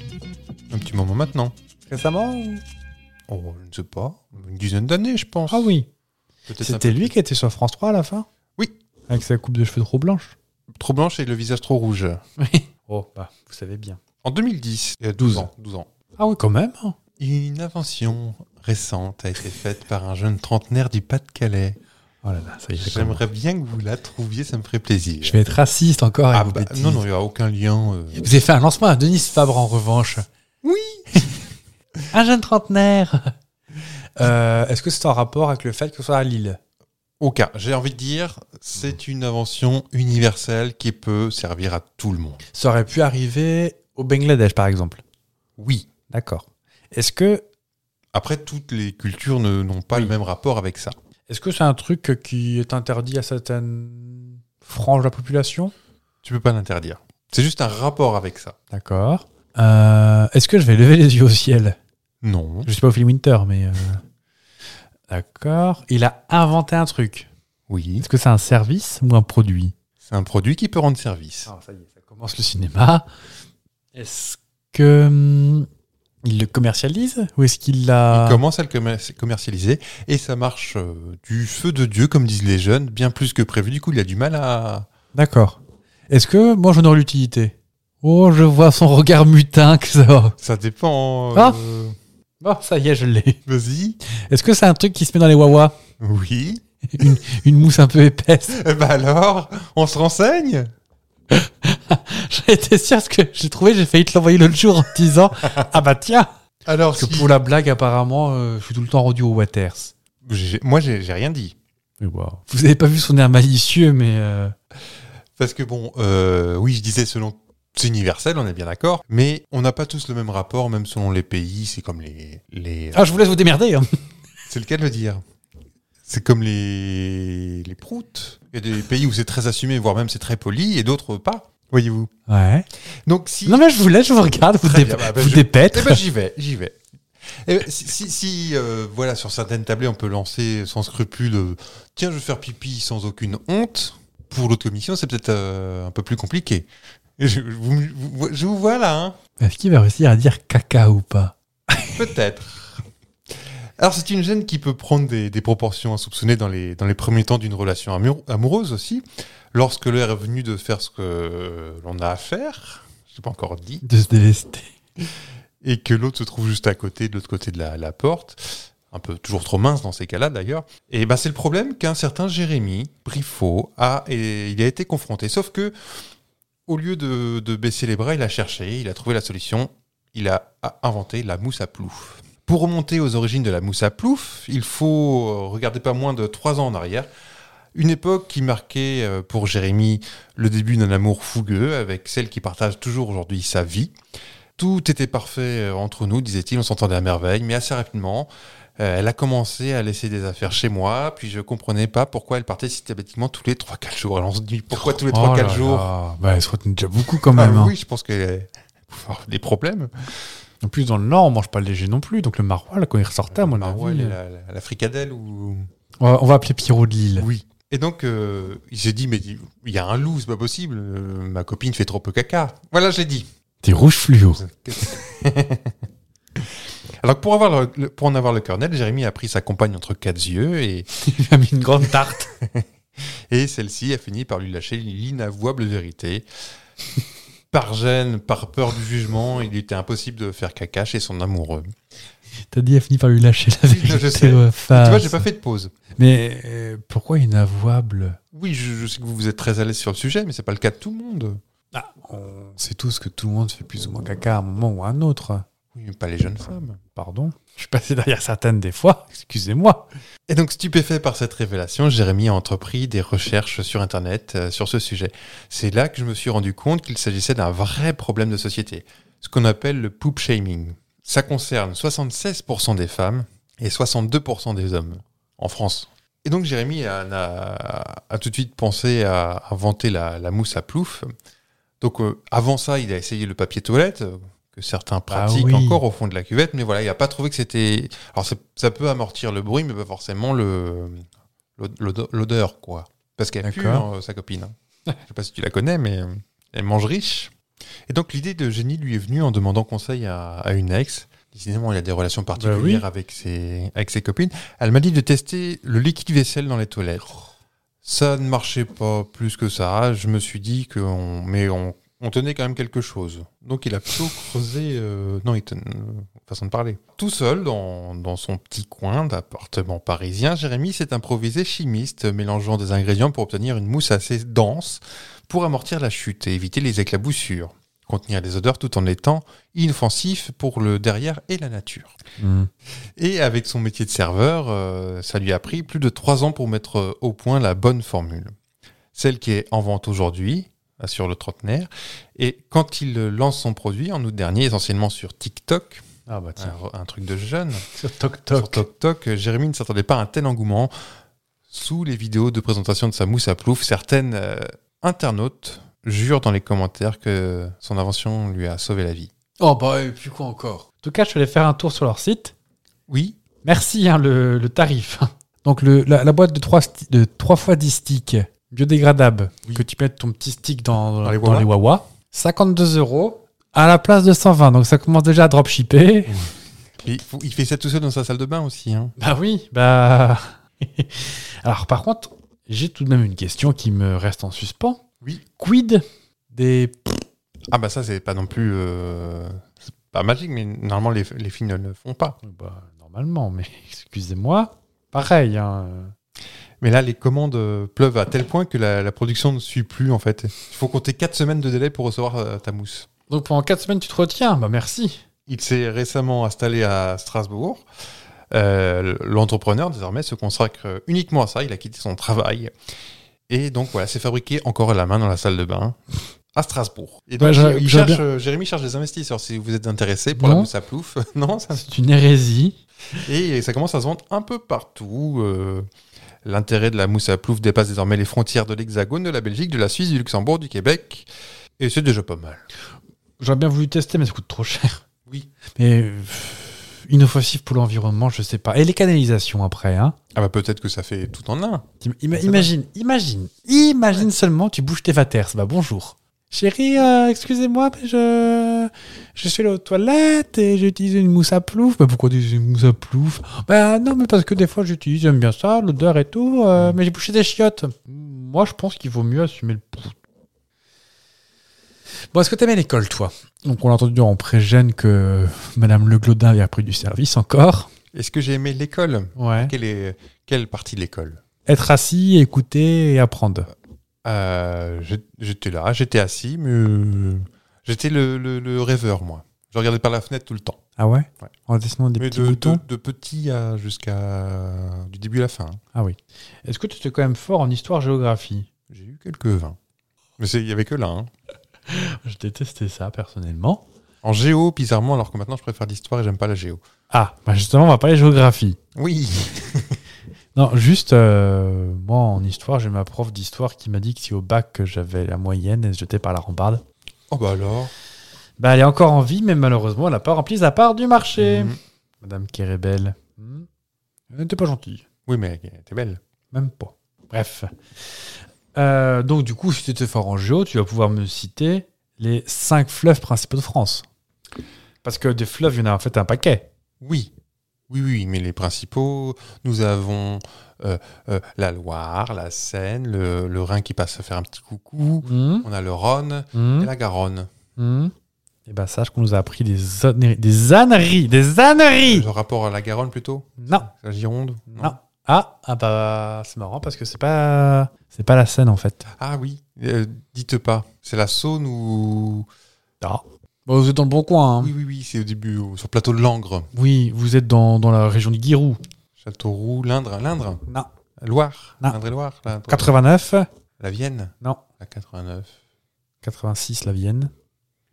Speaker 4: Un petit moment maintenant.
Speaker 1: récemment ou-
Speaker 4: Oh, je ne sais pas. Une dizaine d'années, je pense.
Speaker 1: Ah oui.
Speaker 4: Peut-être un
Speaker 1: C'était
Speaker 4: peu
Speaker 1: lui
Speaker 4: plus.
Speaker 1: qui était sur France 3 à la fin
Speaker 4: Oui.
Speaker 1: Avec sa coupe de cheveux trop blanche
Speaker 4: Trop blanche et le visage trop rouge.
Speaker 1: Oui. Oh, bah, vous savez bien.
Speaker 4: En 2010, il y a 12 ans. 12 ans.
Speaker 1: Ah oui, quand même. hein.
Speaker 4: Une invention récente a été faite par un jeune trentenaire du Pas-de-Calais.
Speaker 1: Oh là là, ça y est. ça commence.
Speaker 4: J'aimerais bien que vous la trouviez, ça me ferait plaisir.
Speaker 1: Je vais être raciste encore avec
Speaker 4: Ah
Speaker 1: vos
Speaker 4: bah,
Speaker 1: bêtises.
Speaker 4: non, non, il n'y a aucun lien. euh.
Speaker 1: Vous avez fait un lancement à Denis Fabre en revanche.
Speaker 4: Oui.
Speaker 1: (laughs) un jeune trentenaire. Euh, Est-ce que c'est en rapport avec le fait que ce soit à Lille
Speaker 4: Aucun. J'ai envie de dire, c'est une invention universelle qui peut servir à tout le monde.
Speaker 1: Ça aurait pu arriver au Bangladesh, par exemple.
Speaker 4: Oui.
Speaker 1: D'accord. Est-ce que
Speaker 4: Après, toutes les cultures ne- n'ont pas le même rapport avec ça.
Speaker 1: est-ce que c'est un truc qui est interdit à certaines franges de la population
Speaker 4: Tu peux pas l'interdire. C'est juste un rapport avec ça.
Speaker 1: D'accord. Euh, Est-ce que je vais lever les yeux au ciel
Speaker 4: Non.
Speaker 1: Je suis pas au film Winter, mais. euh, D'accord. Il a inventé un truc.
Speaker 4: Oui.
Speaker 1: Est-ce que c'est un service ou un produit
Speaker 4: C'est un produit qui peut rendre service.
Speaker 1: Alors, Ah, ça y est, ça
Speaker 4: (laughs)
Speaker 1: commence le cinéma. Est-ce que hum, il le commercialise ou est-ce qu'il l'a
Speaker 4: Il commence à le commer- commercialiser et ça marche euh, du feu de Dieu, comme disent les jeunes, bien plus que prévu. Du coup, il a du mal à.
Speaker 1: D'accord. Est-ce que moi j'en aurais l'utilité Oh, je vois son regard mutin que ça.
Speaker 4: Ça dépend.
Speaker 1: Ah
Speaker 4: euh,
Speaker 1: Bon, ça y est, je l'ai.
Speaker 4: Vas-y.
Speaker 1: Est-ce que c'est un truc qui se met dans les wawa
Speaker 4: Oui.
Speaker 1: Une mousse un peu épaisse. (laughs)
Speaker 4: Eh ben alors, on se renseigne
Speaker 1: J'étais sûr parce que j'ai trouvé, j'ai failli te l'envoyer l'autre jour en te disant Ah bah tiens
Speaker 4: Alors,
Speaker 1: Parce que
Speaker 4: si-
Speaker 1: pour la blague, apparemment, euh, je suis tout le temps rendu au Waters.
Speaker 4: J'ai- moi, j'ai j'ai rien dit.
Speaker 1: Vous avez pas vu son air malicieux, mais. euh,
Speaker 4: Parce que bon, euh, oui, je disais selon. C'est universel, on est bien d'accord. Mais on n'a pas tous le même rapport, même selon les pays. C'est comme les. les
Speaker 1: Ah, je vous laisse vous
Speaker 4: (laughs)
Speaker 1: démerder. hein.
Speaker 4: C'est le cas de le dire. C'est comme les, les proutes. Il y a des pays où c'est très assumé, voire même c'est très poli, et d'autres pas, voyez-vous.
Speaker 1: Ouais.
Speaker 4: Donc si...
Speaker 1: Non mais je vous laisse, je vous regarde, vous,
Speaker 4: Très
Speaker 1: dé-
Speaker 4: bien, bah, bah,
Speaker 1: vous
Speaker 4: je-
Speaker 1: dépêtez.
Speaker 4: Eh ben j'y vais, j'y vais. Eh ben, si, si, si, euh, voilà, sur certaines tablées, on peut lancer sans scrupule, euh, tiens, je vais faire pipi sans aucune honte. Pour l'autre commission, c'est peut-être euh, un peu plus compliqué. Je, je vous, vous- je vous vois là, hein
Speaker 1: Est-ce qu'il va réussir à dire caca ou pas
Speaker 4: Peut-être. Alors, c'est une gêne qui peut prendre des, des proportions insoupçonnées dans les, dans les premiers temps d'une relation amur- amoureuse aussi, lorsque l'heure est venue de faire ce que euh, l'on a à faire, je l'ai pas encore dit,
Speaker 1: De se délester.
Speaker 4: et que l'autre se trouve juste à côté, de l'autre côté de la, la porte, un peu toujours trop mince dans ces cas-là d'ailleurs, et ben c'est le problème qu'un certain Jérémy Briffaut a, et il a été confronté, sauf que au lieu de, de baisser les bras, il a cherché, il a trouvé la solution, il a a inventé la mousse à plouf. Pour remonter aux origines de la mousse à plouf, il faut euh, regarder pas moins de trois ans en arrière. Une époque qui marquait euh, pour Jérémy le début d'un amour fougueux avec celle qui partage toujours aujourd'hui sa vie. Tout était parfait euh, entre nous, disait-il, on s'entendait à merveille, mais assez rapidement, euh, elle a commencé à laisser des affaires chez moi, puis je comprenais pas pourquoi elle partait systématiquement tous les 3-4 jours. Alors on se dit, pourquoi tous les 3-4 jours
Speaker 1: Oh Bah, elle se retenait déjà beaucoup quand
Speaker 4: Ah
Speaker 1: même. hein.
Speaker 4: Oui, je pense qu'elle pouvait avoir (laughs) des problèmes.
Speaker 1: En plus, dans le Nord, on mange pas le léger non plus. Donc le maroilles, là, quand il ressortait, à mon
Speaker 4: Bah,
Speaker 1: avis,
Speaker 4: ouais,
Speaker 1: euh,
Speaker 4: la, la- la fricadelle ou...
Speaker 1: on va- on va appeler Pierrot de Lille.
Speaker 4: Oui. Et donc, euh, il s'est dit, mais il il y a un loup, c'est pas possible. euh, ma copine fait trop peu caca. Voilà, je
Speaker 1: (laughs)
Speaker 4: l'ai dit.
Speaker 1: T'es rouge fluo.
Speaker 4: Alors que pour, avoir le- le- pour en avoir le colonel, Jérémy a pris sa compagne entre quatre yeux et,
Speaker 1: (laughs) Il a mis une grande tarte.
Speaker 4: et celle-ci a fini par lui lâcher l'inavouable
Speaker 1: (laughs)
Speaker 4: vérité. Par gêne, par peur du jugement, il était impossible de faire caca chez son amoureux.
Speaker 1: (laughs) T'as dit, elle finit par lui lâcher (laughs) la
Speaker 4: Si, je
Speaker 1: vérité.
Speaker 4: sais.
Speaker 1: euh,
Speaker 4: Tu
Speaker 1: face.
Speaker 4: vois, j'ai pas fait de pause.
Speaker 1: Mais euh, pourquoi inavouable
Speaker 4: Oui, je, je sais que vous vous êtes très à l'aise sur le sujet, mais c'est pas le cas de tout le monde.
Speaker 1: On sait tous que tout le monde fait plus ou moins caca à un moment ou à un autre.
Speaker 4: Oui, mais pas les jeunes femmes.
Speaker 1: Ah, Pardon Je suis passé derrière certaines des fois. (laughs) Excusez-moi.
Speaker 4: Et donc, stupéfait par cette révélation, Jérémy a entrepris des recherches sur Internet euh, sur ce sujet. C'est là que je me suis rendu compte qu'il s'agissait d'un vrai problème de société, ce qu'on appelle le poop shaming. Ça concerne 76% des femmes et 62% des hommes en France. Et donc, Jérémy a, a- a tout de suite pensé à inventer la, la mousse à plouf. Donc, euh, avant ça, il a essayé le papier toilette euh, que certains pratiquent
Speaker 1: oui.
Speaker 4: encore au fond de la cuvette, mais voilà, il n'a pas trouvé que c'était. Alors, ça, ça peut amortir le bruit, mais pas forcément le l'ode- l'ode- l'odeur, quoi. Parce qu'elle pue,
Speaker 1: D'accord.
Speaker 4: hein, sa copine. hein. Je sais pas si tu la connais, mais euh, elle mange riche. Et donc l'idée de génie lui est venue en demandant conseil à, à une ex. Décidément, il a des relations particulières
Speaker 1: oui.
Speaker 4: avec, ses, avec ses copines. Elle m'a dit de tester le liquide vaisselle dans les toilettes. Ça ne marchait pas plus que ça. Je me suis dit qu'on mais on, on tenait quand même quelque chose. Donc il a plutôt creusé. euh, non, il ten- euh, façon de parler. Tout seul dans, dans son petit coin d'appartement parisien, Jérémy s'est improvisé chimiste, mélangeant des ingrédients pour obtenir une mousse assez dense pour amortir la chute et éviter les éclaboussures, contenir les odeurs tout en étant inoffensif pour le derrière et la nature.
Speaker 1: Hmm.
Speaker 4: Et avec son métier de serveur, euh, ça lui a pris plus de trois ans pour mettre euh, au point la bonne formule. Celle qui est en vente aujourd'hui, euh, sur le trentenaire. Et quand il euh, lance son produit, en août dernier, essentiellement sur TikTok,
Speaker 1: Ah bah
Speaker 4: un,
Speaker 1: tiens.
Speaker 4: re- un truc de jeune,
Speaker 1: Sur Toc
Speaker 4: sur TokTok, euh, Jérémy ne s'attendait pas à un tel engouement. Sous les vidéos de présentation de sa mousse à plouf, certaines euh, internautes jurent dans les commentaires que son invention lui a sauvé la vie.
Speaker 1: Oh bah et puis quoi encore
Speaker 2: En tout cas, je suis allé faire un tour sur leur site.
Speaker 4: Oui,
Speaker 2: Merci, hein, le, le tarif. Donc, le, la, la boîte de 3, de 3 fois 10 sticks biodégradables que tu mets ton petit stick dans,
Speaker 4: Dans les
Speaker 2: dans
Speaker 4: Wawa.
Speaker 2: les Wawa, 52 euros à la place de 120. Donc, ça commence déjà à
Speaker 4: (laughs)
Speaker 2: dropshipper.
Speaker 4: il, faut- il fait ça tout seul dans sa salle de bain aussi. hein.
Speaker 2: Bah oui, bah.
Speaker 1: (laughs) Alors par contre, j'ai tout de même une question qui me reste en suspens.
Speaker 4: Oui.
Speaker 1: Quid des...
Speaker 4: Ah bah ça c'est pas non plus euh, c'est pas magique mais normalement les, les filles ne le font pas.
Speaker 1: Bah, normalement, mais (laughs) excusez-moi. Pareil, hein.
Speaker 4: Mais là les commandes euh, pleuvent à tel point que la, la production ne suit plus en fait. Il faut compter 4 semaines de délai pour recevoir euh, ta mousse.
Speaker 1: Donc pendant 4 semaines, tu te retiens Bah merci.
Speaker 4: Il s'est récemment installé à Strasbourg. Euh, L'entrepreneur désormais se consacre uniquement à ça. Il a quitté son travail et donc voilà c'est fabriqué encore à la main dans la salle de bain à Strasbourg. Et donc
Speaker 1: Bah, j'a-
Speaker 4: il
Speaker 1: j'aurais
Speaker 4: cherche, euh, Jérémy cherche des investisseurs si vous êtes intéressé pour la
Speaker 1: Non.
Speaker 4: mousse à plouf. (laughs) non ça
Speaker 1: C'est une hérésie.
Speaker 4: Et ça commence à se vendre un peu partout. euh, L'intérêt de la mousse à plouf dépasse désormais les frontières de l'Hexagone, de la Belgique, de la Suisse, du Luxembourg, du Québec. Et c'est déjà pas mal.
Speaker 1: J'aurais bien voulu tester, mais ça coûte trop cher.
Speaker 4: Oui.
Speaker 1: Mais euh, inoffensif pour l'environnement, je sais pas. Et les canalisations après, hein
Speaker 4: Ah bah peut-être que ça fait tout en un.
Speaker 1: Im- ima- imagine, imagine, imagine seulement, tu bouges tes vatères, ça va, bonjour. Chérie, euh, excusez-moi, mais je, je suis allé aux toilettes et j'ai utilisé une mousse à plouf. Mais pourquoi utiliser une mousse à plouf Bah non, mais parce que des fois j'utilise, j'aime bien ça, l'odeur et tout, euh, mais j'ai bouché des chiottes. Moi, je pense qu'il vaut mieux assumer le pou- Bon, est-ce que t'aimais l'école, toi Donc, on l'a entendu en pré-gêne que Madame Le Glodin avait repris du service encore.
Speaker 4: Est-ce que j'ai aimé l'école
Speaker 1: Ouais.
Speaker 4: Quelle est quelle partie de l'école
Speaker 1: Être assis, écouter et apprendre.
Speaker 4: Euh, je- J'étais là, j'étais assis, mais euh, j'étais le, le- le rêveur moi. Je regardais par la fenêtre tout le temps.
Speaker 1: Ah ouais,
Speaker 4: Ouais.
Speaker 1: En dessinant des
Speaker 4: Mais
Speaker 1: petits
Speaker 4: de,
Speaker 1: boutons
Speaker 4: de, de petit à jusqu'à du début à la fin. hein.
Speaker 1: Ah oui. Est-ce que tu étais quand même fort en histoire-géographie
Speaker 4: J'ai eu quelques vins. Mais c'est- il y avait que là. hein.
Speaker 1: Je détestais ça, personnellement.
Speaker 4: En géo, bizarrement, alors que maintenant je préfère l'histoire et j'aime pas la géo.
Speaker 1: Ah, bah justement, on va parler géographie.
Speaker 4: Oui.
Speaker 1: Non, juste, euh, moi, en histoire, j'ai ma prof d'histoire qui m'a dit que si au bac que j'avais la moyenne, elle se jetait par la rambarde.
Speaker 4: Oh bah alors.
Speaker 1: Bah, elle est encore en vie, mais malheureusement, elle n'a pas rempli sa part du marché.
Speaker 4: Mhm.
Speaker 1: Madame Kérébel. Hmm. Elle n'était pas gentille.
Speaker 4: Oui, mais t'es belle.
Speaker 1: Même pas. Bref. Euh, donc, du coup, si tu étais fort en géo, tu vas pouvoir me citer les cinq fleuves principaux de France. Parce que des fleuves, il y en a en fait un paquet.
Speaker 4: Oui. Oui, oui, mais les principaux, nous avons euh, euh, la Loire, la Seine, le, le Rhin qui passe à faire un petit coucou,
Speaker 1: Hmm.
Speaker 4: on a le Rhône
Speaker 1: Hmm.
Speaker 4: et la Garonne.
Speaker 1: Et bah, sache qu'on nous a appris des, âneries- des âneries. Des âneries
Speaker 4: Le rapport à la Garonne plutôt
Speaker 1: Non.
Speaker 4: La Gironde
Speaker 1: Non. Ah, ah bah c'est marrant parce que c'est pas c'est pas la scène en fait.
Speaker 4: Ah oui, euh, dites pas. C'est la Saône ou...
Speaker 1: Non. Bon, vous êtes dans le bon coin. hein.
Speaker 4: Oui, oui, oui, c'est au début, au- sur le plateau de Langres.
Speaker 1: Oui, vous êtes dans, dans la région de Guirou.
Speaker 4: Châteauroux, l'Indre, l'Indre,
Speaker 1: Non.
Speaker 4: la Loire,
Speaker 1: Non.
Speaker 4: l'Indre-et-Loire, la,
Speaker 1: 89.
Speaker 4: la Vienne,
Speaker 1: Non.
Speaker 4: la 89,
Speaker 1: 86 la Vienne.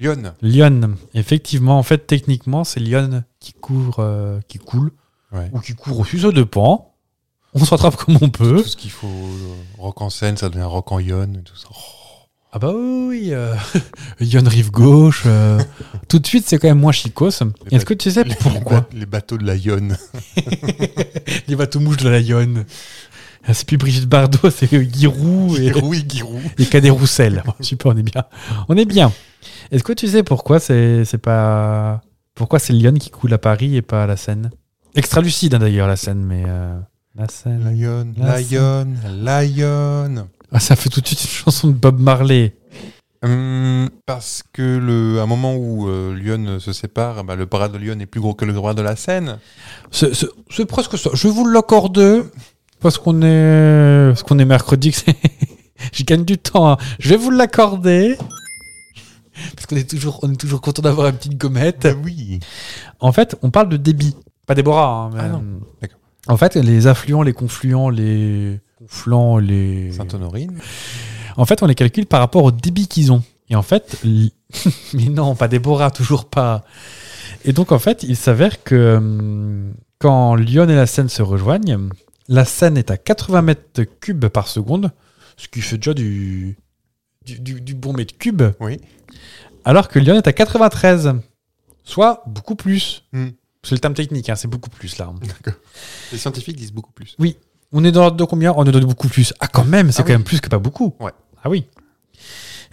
Speaker 4: Lyon.
Speaker 1: Lyon. Effectivement, en fait, techniquement, c'est Lyon qui court, euh, qui coule
Speaker 4: Ouais.
Speaker 1: ou qui court au dessus de pans. On se rattrape comme on peut.
Speaker 4: Tout ce qu'il faut, euh, rock en Seine, ça devient rock en Yonne et tout ça. Oh.
Speaker 1: Ah bah oui, euh, (laughs) Lyon rive gauche. (laughs) euh, tout de suite, c'est quand même moins chicos.
Speaker 4: Les
Speaker 1: Est-ce que tu (laughs) sais
Speaker 4: Les-
Speaker 1: pourquoi
Speaker 4: Les bateaux de la Yonne.
Speaker 1: Les bateaux mouches de la Yonne. Ah, C'est plus Brigitte Bardot, (laughs) c'est Guirou
Speaker 4: (laughs)
Speaker 1: et,
Speaker 4: Guirou et Guirou.
Speaker 1: et Cadet (laughs) Roussel. Super, on est bien. On est bien. Est-ce que tu sais pourquoi c'est c'est pas pourquoi c'est Lyon qui coule à Paris et pas à la Seine Extra lucide hein, d'ailleurs la Seine, mais euh, la Seine.
Speaker 4: La Yonne,
Speaker 1: La
Speaker 4: la Yonne, la Yonne.
Speaker 1: Ah, ça fait tout de suite une chanson de Bob Marley.
Speaker 4: Hum, parce que le, à un moment où euh, Lyon se sépare, bah, le bras de Lyon est plus gros que le bras de la Seine.
Speaker 1: C'est- C'est c'est presque ça. Je vous l'accorde parce qu'on est parce qu'on est mercredi. que c'est- (laughs) Je gagne du temps. hein. Je vais vous l'accorder parce qu'on est toujours on est toujours content d'avoir une petite gommette.
Speaker 4: Eh oui.
Speaker 1: En fait, on parle de débit. Pas Déborah, hein, mais-
Speaker 4: Ah non. D'accord.
Speaker 1: En fait, les affluents, les confluents, les conflants, les.
Speaker 4: Sainte-Honorine.
Speaker 1: En fait, on les calcule par rapport au débit qu'ils ont. Et en fait, l- (laughs) mais non, pas Déborah, toujours pas. Et donc, en fait, il s'avère que hum, quand Lyon et la Seine se rejoignent, la Seine est à 80 mètres cubes par seconde, ce qui fait déjà du, du, du- du bon mètre cube,
Speaker 4: Oui.
Speaker 1: alors que Lyon est à 93, soit beaucoup plus.
Speaker 4: Hmm.
Speaker 1: C'est le terme technique, hein, c'est beaucoup plus là.
Speaker 4: Les scientifiques disent beaucoup plus.
Speaker 1: On est dans l'ordre de combien On est dans beaucoup plus. Ah, quand même, c'est
Speaker 4: Ah
Speaker 1: quand
Speaker 4: oui.
Speaker 1: même plus que pas beaucoup.
Speaker 4: Ouais.
Speaker 1: Ah oui.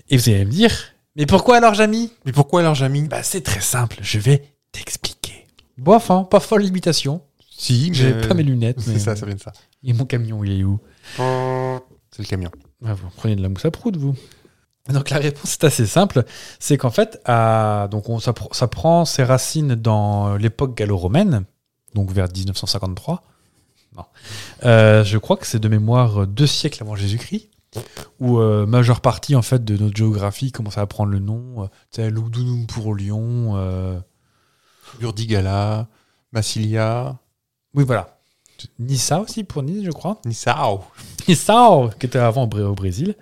Speaker 1: Et vous allez me dire, mais pourquoi alors, Jamy
Speaker 4: Mais pourquoi alors, Jamy
Speaker 1: Bah, c'est très simple, je vais t'expliquer. Bon, enfin, pas folle imitation.
Speaker 4: Si,
Speaker 1: J'ai
Speaker 4: mais-
Speaker 1: pas mes lunettes.
Speaker 4: Euh, (laughs) C'est
Speaker 1: mais-
Speaker 4: ça, ça vient de ça.
Speaker 1: Et mon camion, il est où
Speaker 4: C'est le camion.
Speaker 1: Ah, Vous prenez de la mousse à prout, vous. Donc la réponse est assez simple, c'est qu'en fait, à- donc on, ça, pr- ça prend ses racines dans l'époque gallo-romaine, donc vers 1953. Non. Euh, je crois que c'est de mémoire euh, deux siècles avant Jésus-Christ, où euh, majeure partie en fait de notre géographie commence à prendre le nom, euh, tu sais, Lugdunum pour Lyon. euh,
Speaker 4: Burdigala, Massilia,
Speaker 1: Oui voilà, Nissa aussi pour Nice, je crois.
Speaker 4: Nissau.
Speaker 1: Bissau, qui était avant au Bré- au Brésil.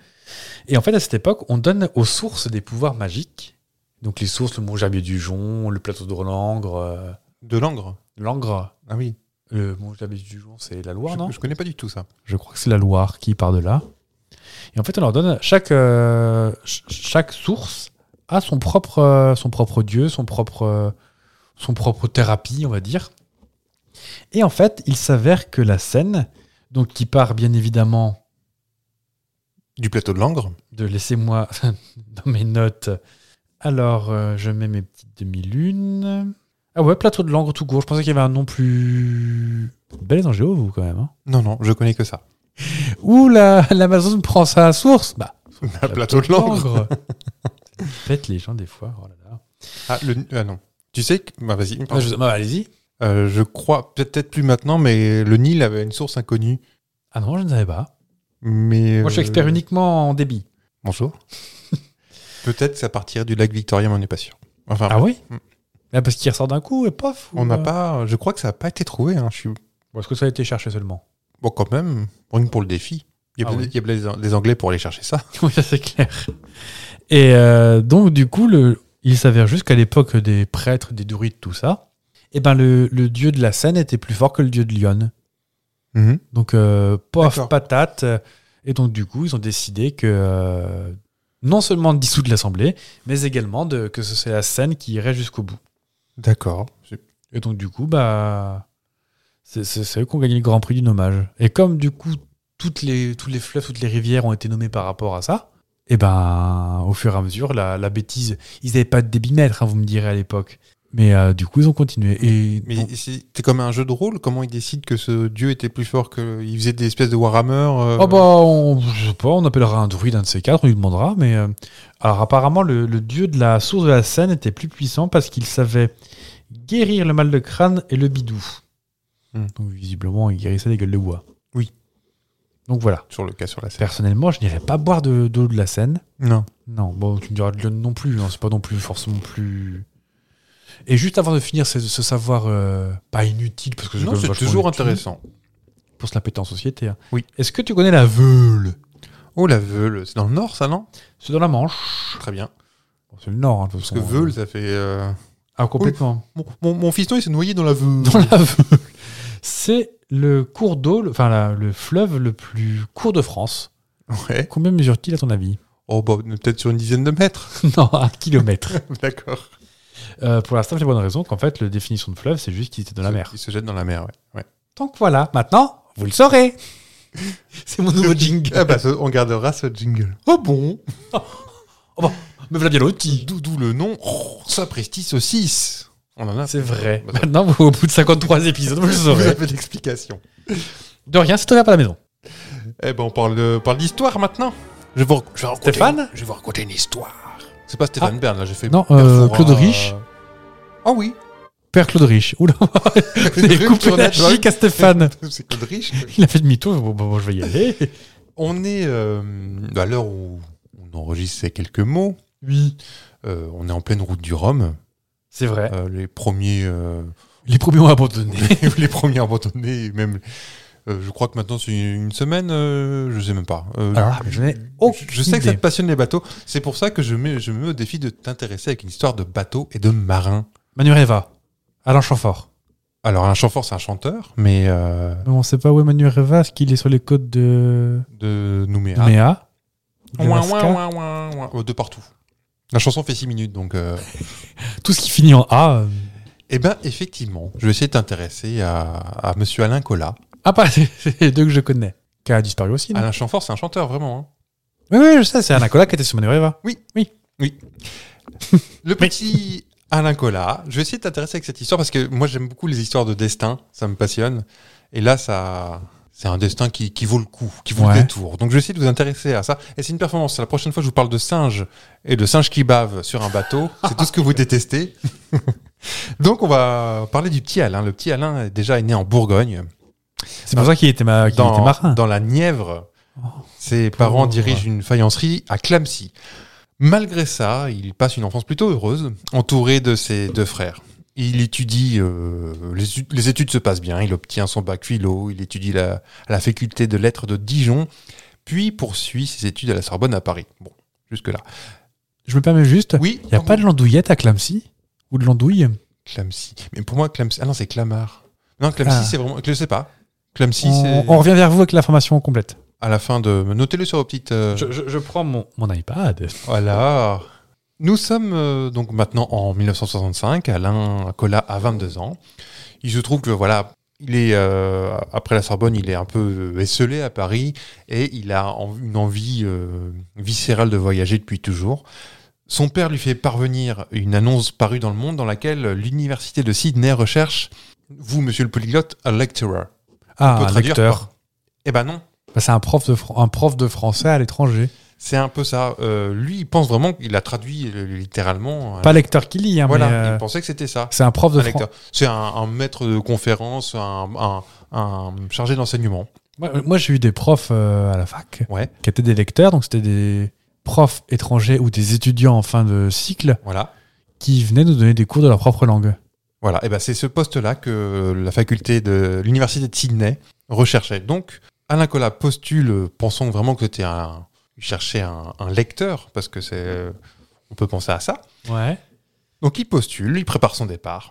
Speaker 1: Et en fait, à cette époque, on donne aux sources des pouvoirs magiques. Donc les sources, le mont Gerbier du Jon, le plateau de Langres, euh,
Speaker 4: De Langres.
Speaker 1: Langres.
Speaker 4: Ah oui.
Speaker 1: Le mont Gerbier du Jon, c'est la Loire,
Speaker 4: je,
Speaker 1: non
Speaker 4: je connais pas du tout ça.
Speaker 1: Je crois que c'est la Loire qui part de là. Et en fait, on leur donne chaque euh, ch- chaque source a son propre euh, son propre dieu, son propre euh, son propre thérapie, on va dire. Et en fait, il s'avère que la Seine, donc qui part bien évidemment
Speaker 4: Du plateau de Langres.
Speaker 1: de laissez-moi (laughs) dans mes notes. Alors, euh, je mets mes petites demi-lunes. Ah ouais, plateau de Langres tout court. Je pensais qu'il y avait un nom plus. Belle en géo, vous, quand même. Hein.
Speaker 4: Non, non, je connais que ça.
Speaker 1: (laughs) Ouh, la- l'Amazon prend sa source Bah,
Speaker 4: Le plateau de Langres.
Speaker 1: Langres (laughs) Faites les gens, des fois. Oh là là.
Speaker 4: Ah, le- ah non. Tu sais que. bah, vas-y.
Speaker 1: Ah, je- bah, allez-y.
Speaker 4: Euh, je crois, peut-être plus maintenant, mais le Nil avait une source inconnue.
Speaker 1: Ah non, je ne savais pas.
Speaker 4: Mais,
Speaker 1: Moi, je suis
Speaker 4: euh,
Speaker 1: expert uniquement en débit. (laughs)
Speaker 4: Bonjour. peut-être que ça partirait du lac Victoria, mais on n'est pas sûr. Enfin,
Speaker 1: Ah oui
Speaker 4: Mm.
Speaker 1: Ah, parce qu'il ressort d'un coup et pof ou,
Speaker 4: On n'a
Speaker 1: euh,
Speaker 4: pas. Je crois que ça n'a pas été trouvé. hein, Je suis
Speaker 1: ou Est-ce que ça a été cherché seulement
Speaker 4: bon quand même. Rien que pour le défi. Il y a,
Speaker 1: Ah
Speaker 4: peut-
Speaker 1: oui.
Speaker 4: il y a peut-être des Anglais pour aller chercher ça.
Speaker 1: (laughs) Oui, ça c'est clair. Et euh, donc, du coup, le, il s'avère juste qu'à l'époque des prêtres, des druides, tout ça, eh ben, le, le dieu de la Seine était plus fort que le dieu de Lyon. Donc, euh, pof,
Speaker 4: D'accord.
Speaker 1: patate. Et donc, du coup, ils ont décidé que euh, non seulement de dissoudre l'Assemblée, mais également de, que ce soit la Seine qui irait jusqu'au bout.
Speaker 4: D'accord. C'est-
Speaker 1: Et donc, du coup, bah, c'est- c'est c'est eux qui ont gagné le Grand Prix du nommage. Et comme, du coup, toutes les, tous les fleuves, toutes les rivières ont été nommés par rapport à ça, et ben, au fur et à mesure, la, la bêtise, ils n'avaient pas de débitmètre, hein, vous me direz à l'époque. Mais euh, du coup, ils ont continué. Et
Speaker 4: Mais
Speaker 1: donc-
Speaker 4: c'est comme un jeu de rôle. Comment ils décident que ce dieu était plus fort que. Il faisait des espèces de Warhammer. euh,
Speaker 1: Ah bah, on, je sais pas, on appellera un druide, un de ces quatre, on lui demandera. Mais euh, alors apparemment, le, le dieu de la source de la Seine était plus puissant parce qu'il savait guérir le mal de crâne et le bidou.
Speaker 4: Hmm.
Speaker 1: Donc visiblement, il guérissait les gueules de bois.
Speaker 4: Oui.
Speaker 1: Donc voilà.
Speaker 4: Sur le cas sur la scène.
Speaker 1: Personnellement, je n'irais pas boire de- d'eau de, la Seine.
Speaker 4: Non.
Speaker 1: Non, bon, tu me diras de l'eau non plus, hein, c'est pas non plus forcément plus. Et juste avant de finir ce, ce savoir euh, pas inutile, parce que
Speaker 4: Non,
Speaker 1: quand même
Speaker 4: c'est
Speaker 1: vachement
Speaker 4: toujours
Speaker 1: utile
Speaker 4: intéressant.
Speaker 1: Pour se la péter en société. hein.
Speaker 4: Oui.
Speaker 1: Est-ce que tu connais la Veule
Speaker 4: Oh, la Veule. C'est dans le nord, ça, non
Speaker 1: C'est dans la Manche.
Speaker 4: Très bien.
Speaker 1: Bon, C'est le Nord, hein, de toute
Speaker 4: Parce
Speaker 1: façon.
Speaker 4: que Veule, ça fait. euh,
Speaker 1: Ah, complètement.
Speaker 4: Mon, mon, mon fiston, il s'est noyé dans la Veule.
Speaker 1: Dans (laughs) la Veule. C'est le cours d'eau, le- enfin la- le fleuve le plus court de France.
Speaker 4: (laughs) Ouais.
Speaker 1: Combien mesure-t-il à ton avis (laughs)
Speaker 4: Oh, bah, peut-être sur une dizaine de mètres. (laughs)
Speaker 1: Non, un kilomètre.
Speaker 4: D'accord.
Speaker 1: Euh, pour la simple et bonne raison qu'en fait, la définition de fleuve, c'est juste qu'il était dans la mer.
Speaker 4: Il se jette dans la mer, ouais. ouais.
Speaker 1: Donc voilà, maintenant, vous le saurez. (laughs) c'est mon nouveau jingle.
Speaker 4: Ah bah, ce- on gardera ce jingle. Oh bon
Speaker 1: Mais Vladimir
Speaker 4: D'où d'où le nom oh, Sapristi Saucisse. On en a.
Speaker 1: C'est vrai.
Speaker 4: Bah, ça-
Speaker 1: Maintenant, vous- au bout de 53 épisodes, vous le
Speaker 4: (laughs) Vous
Speaker 1: saurez.
Speaker 4: avez l'explication.
Speaker 1: De rien, c'est ouvert pas la maison.
Speaker 4: Eh ben, on parle, de- parle d'histoire maintenant. Je vais vous, je vais raconter-
Speaker 1: Stéphane
Speaker 4: Je vais vous raconter une histoire. C'est pas Stéphane Bern, là, j'ai fait.
Speaker 1: Non,
Speaker 4: Bern
Speaker 1: euh,
Speaker 4: Fora,
Speaker 1: Claude Rich.
Speaker 4: euh. Ah
Speaker 1: (laughs)
Speaker 4: oui
Speaker 1: Père Claude Rich. Oula, vous avez coupé la chic à Stéphane.
Speaker 4: (laughs) C'est Claude Rich.
Speaker 1: Il a fait demi-tour. Bon, bon, bon, je vais y aller.
Speaker 4: On est euh, à l'heure où on enregistre ces quelques mots.
Speaker 1: Oui.
Speaker 4: euh, on est en pleine route du Rhum.
Speaker 1: C'est vrai.
Speaker 4: Euh, les premiers, euh,
Speaker 1: Les premiers ont abandonné.
Speaker 4: (laughs) les premiers abandonnés, même. euh, je crois que maintenant c'est une semaine, euh, je sais même pas. Euh,
Speaker 1: Alors, je n'ai aucune
Speaker 4: je sais que ça
Speaker 1: idée.
Speaker 4: te passionne les bateaux. C'est pour ça que je, mets, je me mets au défi de t'intéresser avec une histoire de bateaux et de marins.
Speaker 1: Manu Reva. Alain Chamfort.
Speaker 4: Alors un chanteur, c'est un chanteur, mais euh,
Speaker 1: Mais on sait pas où est Manu Reva, est-ce qu'il est sur les côtes de
Speaker 4: de
Speaker 1: Ah.
Speaker 4: Nouméa.
Speaker 1: Méa
Speaker 4: Ouin, ouin, ouin, ouin, ouin. Euh, De partout. La chanson fait 6 minutes, donc. euh,
Speaker 1: Tout ce qui finit en A. euh,
Speaker 4: Eh ben, effectivement, je vais essayer de t'intéresser à, à Monsieur Alain Collat.
Speaker 1: Ah, pas, (laughs) c'est c'est les deux que je connais. Qui a disparu aussi. non
Speaker 4: Alain Chamfort, c'est un chanteur, vraiment. hein.
Speaker 1: Ah. Oui, oui, je sais, c'est Anna Cola qui était sur Manu Reva.
Speaker 4: Le petit Alain Collat, je vais essayer de t'intéresser avec cette histoire parce que moi j'aime beaucoup les histoires de destin, ça me passionne. Et là, ça, c'est un destin qui, qui vaut le coup, qui vaut
Speaker 1: Ouais.
Speaker 4: le détour. Donc je vais essayer de vous intéresser à ça. Et c'est une performance. La prochaine fois, je vous parle de singes et de singes qui bavent sur un bateau. C'est tout ce que vous détestez. (laughs) Donc on va parler du petit Alain. Le petit Alain est déjà est né en Bourgogne,
Speaker 1: C'est pour ça qu'il était, ma... qu'il était
Speaker 4: dans,
Speaker 1: marin.
Speaker 4: dans la Nièvre.
Speaker 1: Oh,
Speaker 4: Ses parents
Speaker 1: pauvre.
Speaker 4: dirigent une faïencerie à Clamecy. Malgré ça, il passe une enfance plutôt heureuse, entouré de ses deux frères. Il étudie, euh, les, études- les études se passent bien, il obtient son bac philo, il étudie la- à la faculté de lettres de Dijon, puis poursuit ses études à la Sorbonne à Paris. Bon,
Speaker 1: (laughs)
Speaker 4: jusque-là.
Speaker 1: Je me permets juste, il
Speaker 4: Oui,
Speaker 1: n'y a pas de l'andouillette à Clamcy Ou de l'andouille
Speaker 4: Clamecy. Mais pour moi, Clamecy. Ah non, c'est Clamart. Non, Clamecy,
Speaker 1: Ah.
Speaker 4: c'est vraiment. Je sais pas. Clamecy, c'est
Speaker 1: on, on revient vers vous avec l'information complète.
Speaker 4: à la fin de. Notez-le sur vos petites. euh,
Speaker 1: prends mon, mon iPad.
Speaker 4: Voilà. Nous sommes euh, donc maintenant en 1965. Alain Collat a 22 ans. Il se trouve que voilà, il est euh, après la Sorbonne, il est un peu euh, esselé à Paris et il a en- une envie euh, viscérale de voyager depuis toujours. Son père lui fait parvenir une annonce parue dans le monde dans laquelle l'université de Sydney recherche vous, monsieur le polyglotte, un lecturer.
Speaker 1: Ah,
Speaker 4: peut
Speaker 1: un
Speaker 4: traduire
Speaker 1: lecteur.
Speaker 4: Eh ben non,
Speaker 1: Bah, c'est un prof, de fran- un prof de français à l'étranger.
Speaker 4: c'est un peu ça. Euh, lui, il pense vraiment qu'il a traduit euh, littéralement. un-
Speaker 1: Pas lecteur qui lit, hein,
Speaker 4: voilà,
Speaker 1: mais, euh,
Speaker 4: il pensait que c'était ça.
Speaker 1: c'est un prof de
Speaker 4: un
Speaker 1: français.
Speaker 4: lecteur. C'est un, un maître de conférence, un, un- un chargé d'enseignement.
Speaker 1: Moi, moi, j'ai eu des profs euh, à la fac
Speaker 4: Ouais.
Speaker 1: qui étaient des lecteurs, donc c'était des profs étrangers ou des étudiants en fin de cycle
Speaker 4: Voilà.
Speaker 1: qui venaient nous donner des cours de leur propre langue.
Speaker 4: Voilà, et ben c'est ce poste-là que la faculté de l'université de Sydney recherchait. Donc, Alain Collat postule, pensant vraiment que c'était un. Il cherchait un, un lecteur, parce que c'est. euh, On peut penser à ça.
Speaker 1: Ouais.
Speaker 4: Donc, il postule, il prépare son départ.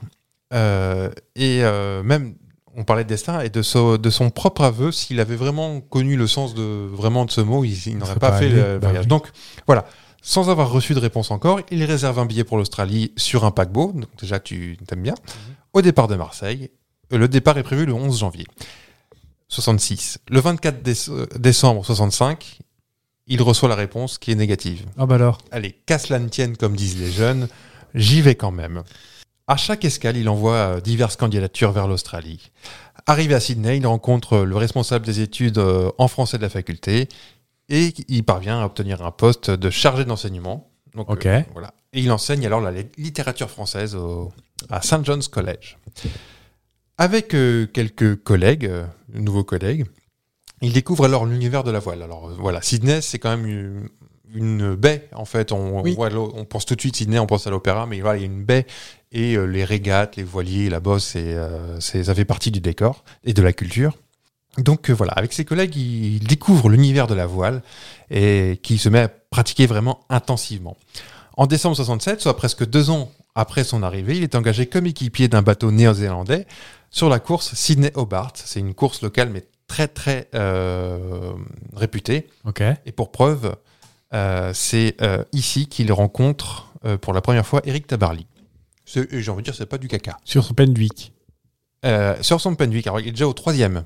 Speaker 4: Euh, et euh, même, on parlait de destin et de, so- de son propre aveu, s'il avait vraiment connu le sens de, vraiment de ce mot, il, il n'aurait
Speaker 1: serait
Speaker 4: pas,
Speaker 1: pas
Speaker 4: fait
Speaker 1: allé,
Speaker 4: le
Speaker 1: bah
Speaker 4: voyage.
Speaker 1: oui.
Speaker 4: Donc, voilà. Sans avoir reçu de réponse encore, il réserve un billet pour l'Australie sur un paquebot. Donc, déjà, tu t'aimes bien.
Speaker 1: Mhm.
Speaker 4: Au départ de Marseille, euh, le départ est prévu le 11 janvier 66. Le 24 déce- euh, décembre 65, il reçoit la réponse qui est négative.
Speaker 1: Ah bah alors.
Speaker 4: Allez, qu'à cela ne tienne, comme disent les jeunes, j'y vais quand même. À chaque escale, il envoie euh, diverses candidatures vers l'Australie. Arrivé à Sydney, il rencontre euh, le responsable des études euh, en français de la faculté et il parvient à obtenir un poste de chargé d'enseignement. Donc, euh,
Speaker 1: Ok.
Speaker 4: voilà. Et il enseigne alors la li- littérature française au- à St. John's College. Avec euh, quelques collègues, euh, nouveaux collègues, il découvre alors l'univers de la voile. Alors euh, voilà, Sydney, c'est quand même euh, une, une baie en fait. On, on
Speaker 1: Oui.
Speaker 4: voit l'eau- on pense tout de suite Sydney, on pense à l'opéra, mais voilà, il y a une baie et euh, les régates, les voiliers, la bosse, c'est, euh, c'est- ça fait partie du décor et de la culture. Donc euh, voilà, avec ses collègues, il découvre l'univers de la voile et qu'il se met à pratiquer vraiment intensivement. En décembre 67, soit presque deux ans après son arrivée, il est engagé comme équipier d'un bateau néo-zélandais sur la course Sydney-Hobart. C'est une course locale mais très très euh, réputée.
Speaker 1: Ok.
Speaker 4: Et pour preuve, euh, c'est euh, ici qu'il rencontre euh, pour la première fois Eric Tabarly. C'est- et J'ai envie de dire, c'est pas du caca.
Speaker 1: Sur son Pendwick.
Speaker 4: Euh, sur son Penwick, alors il est déjà au troisième.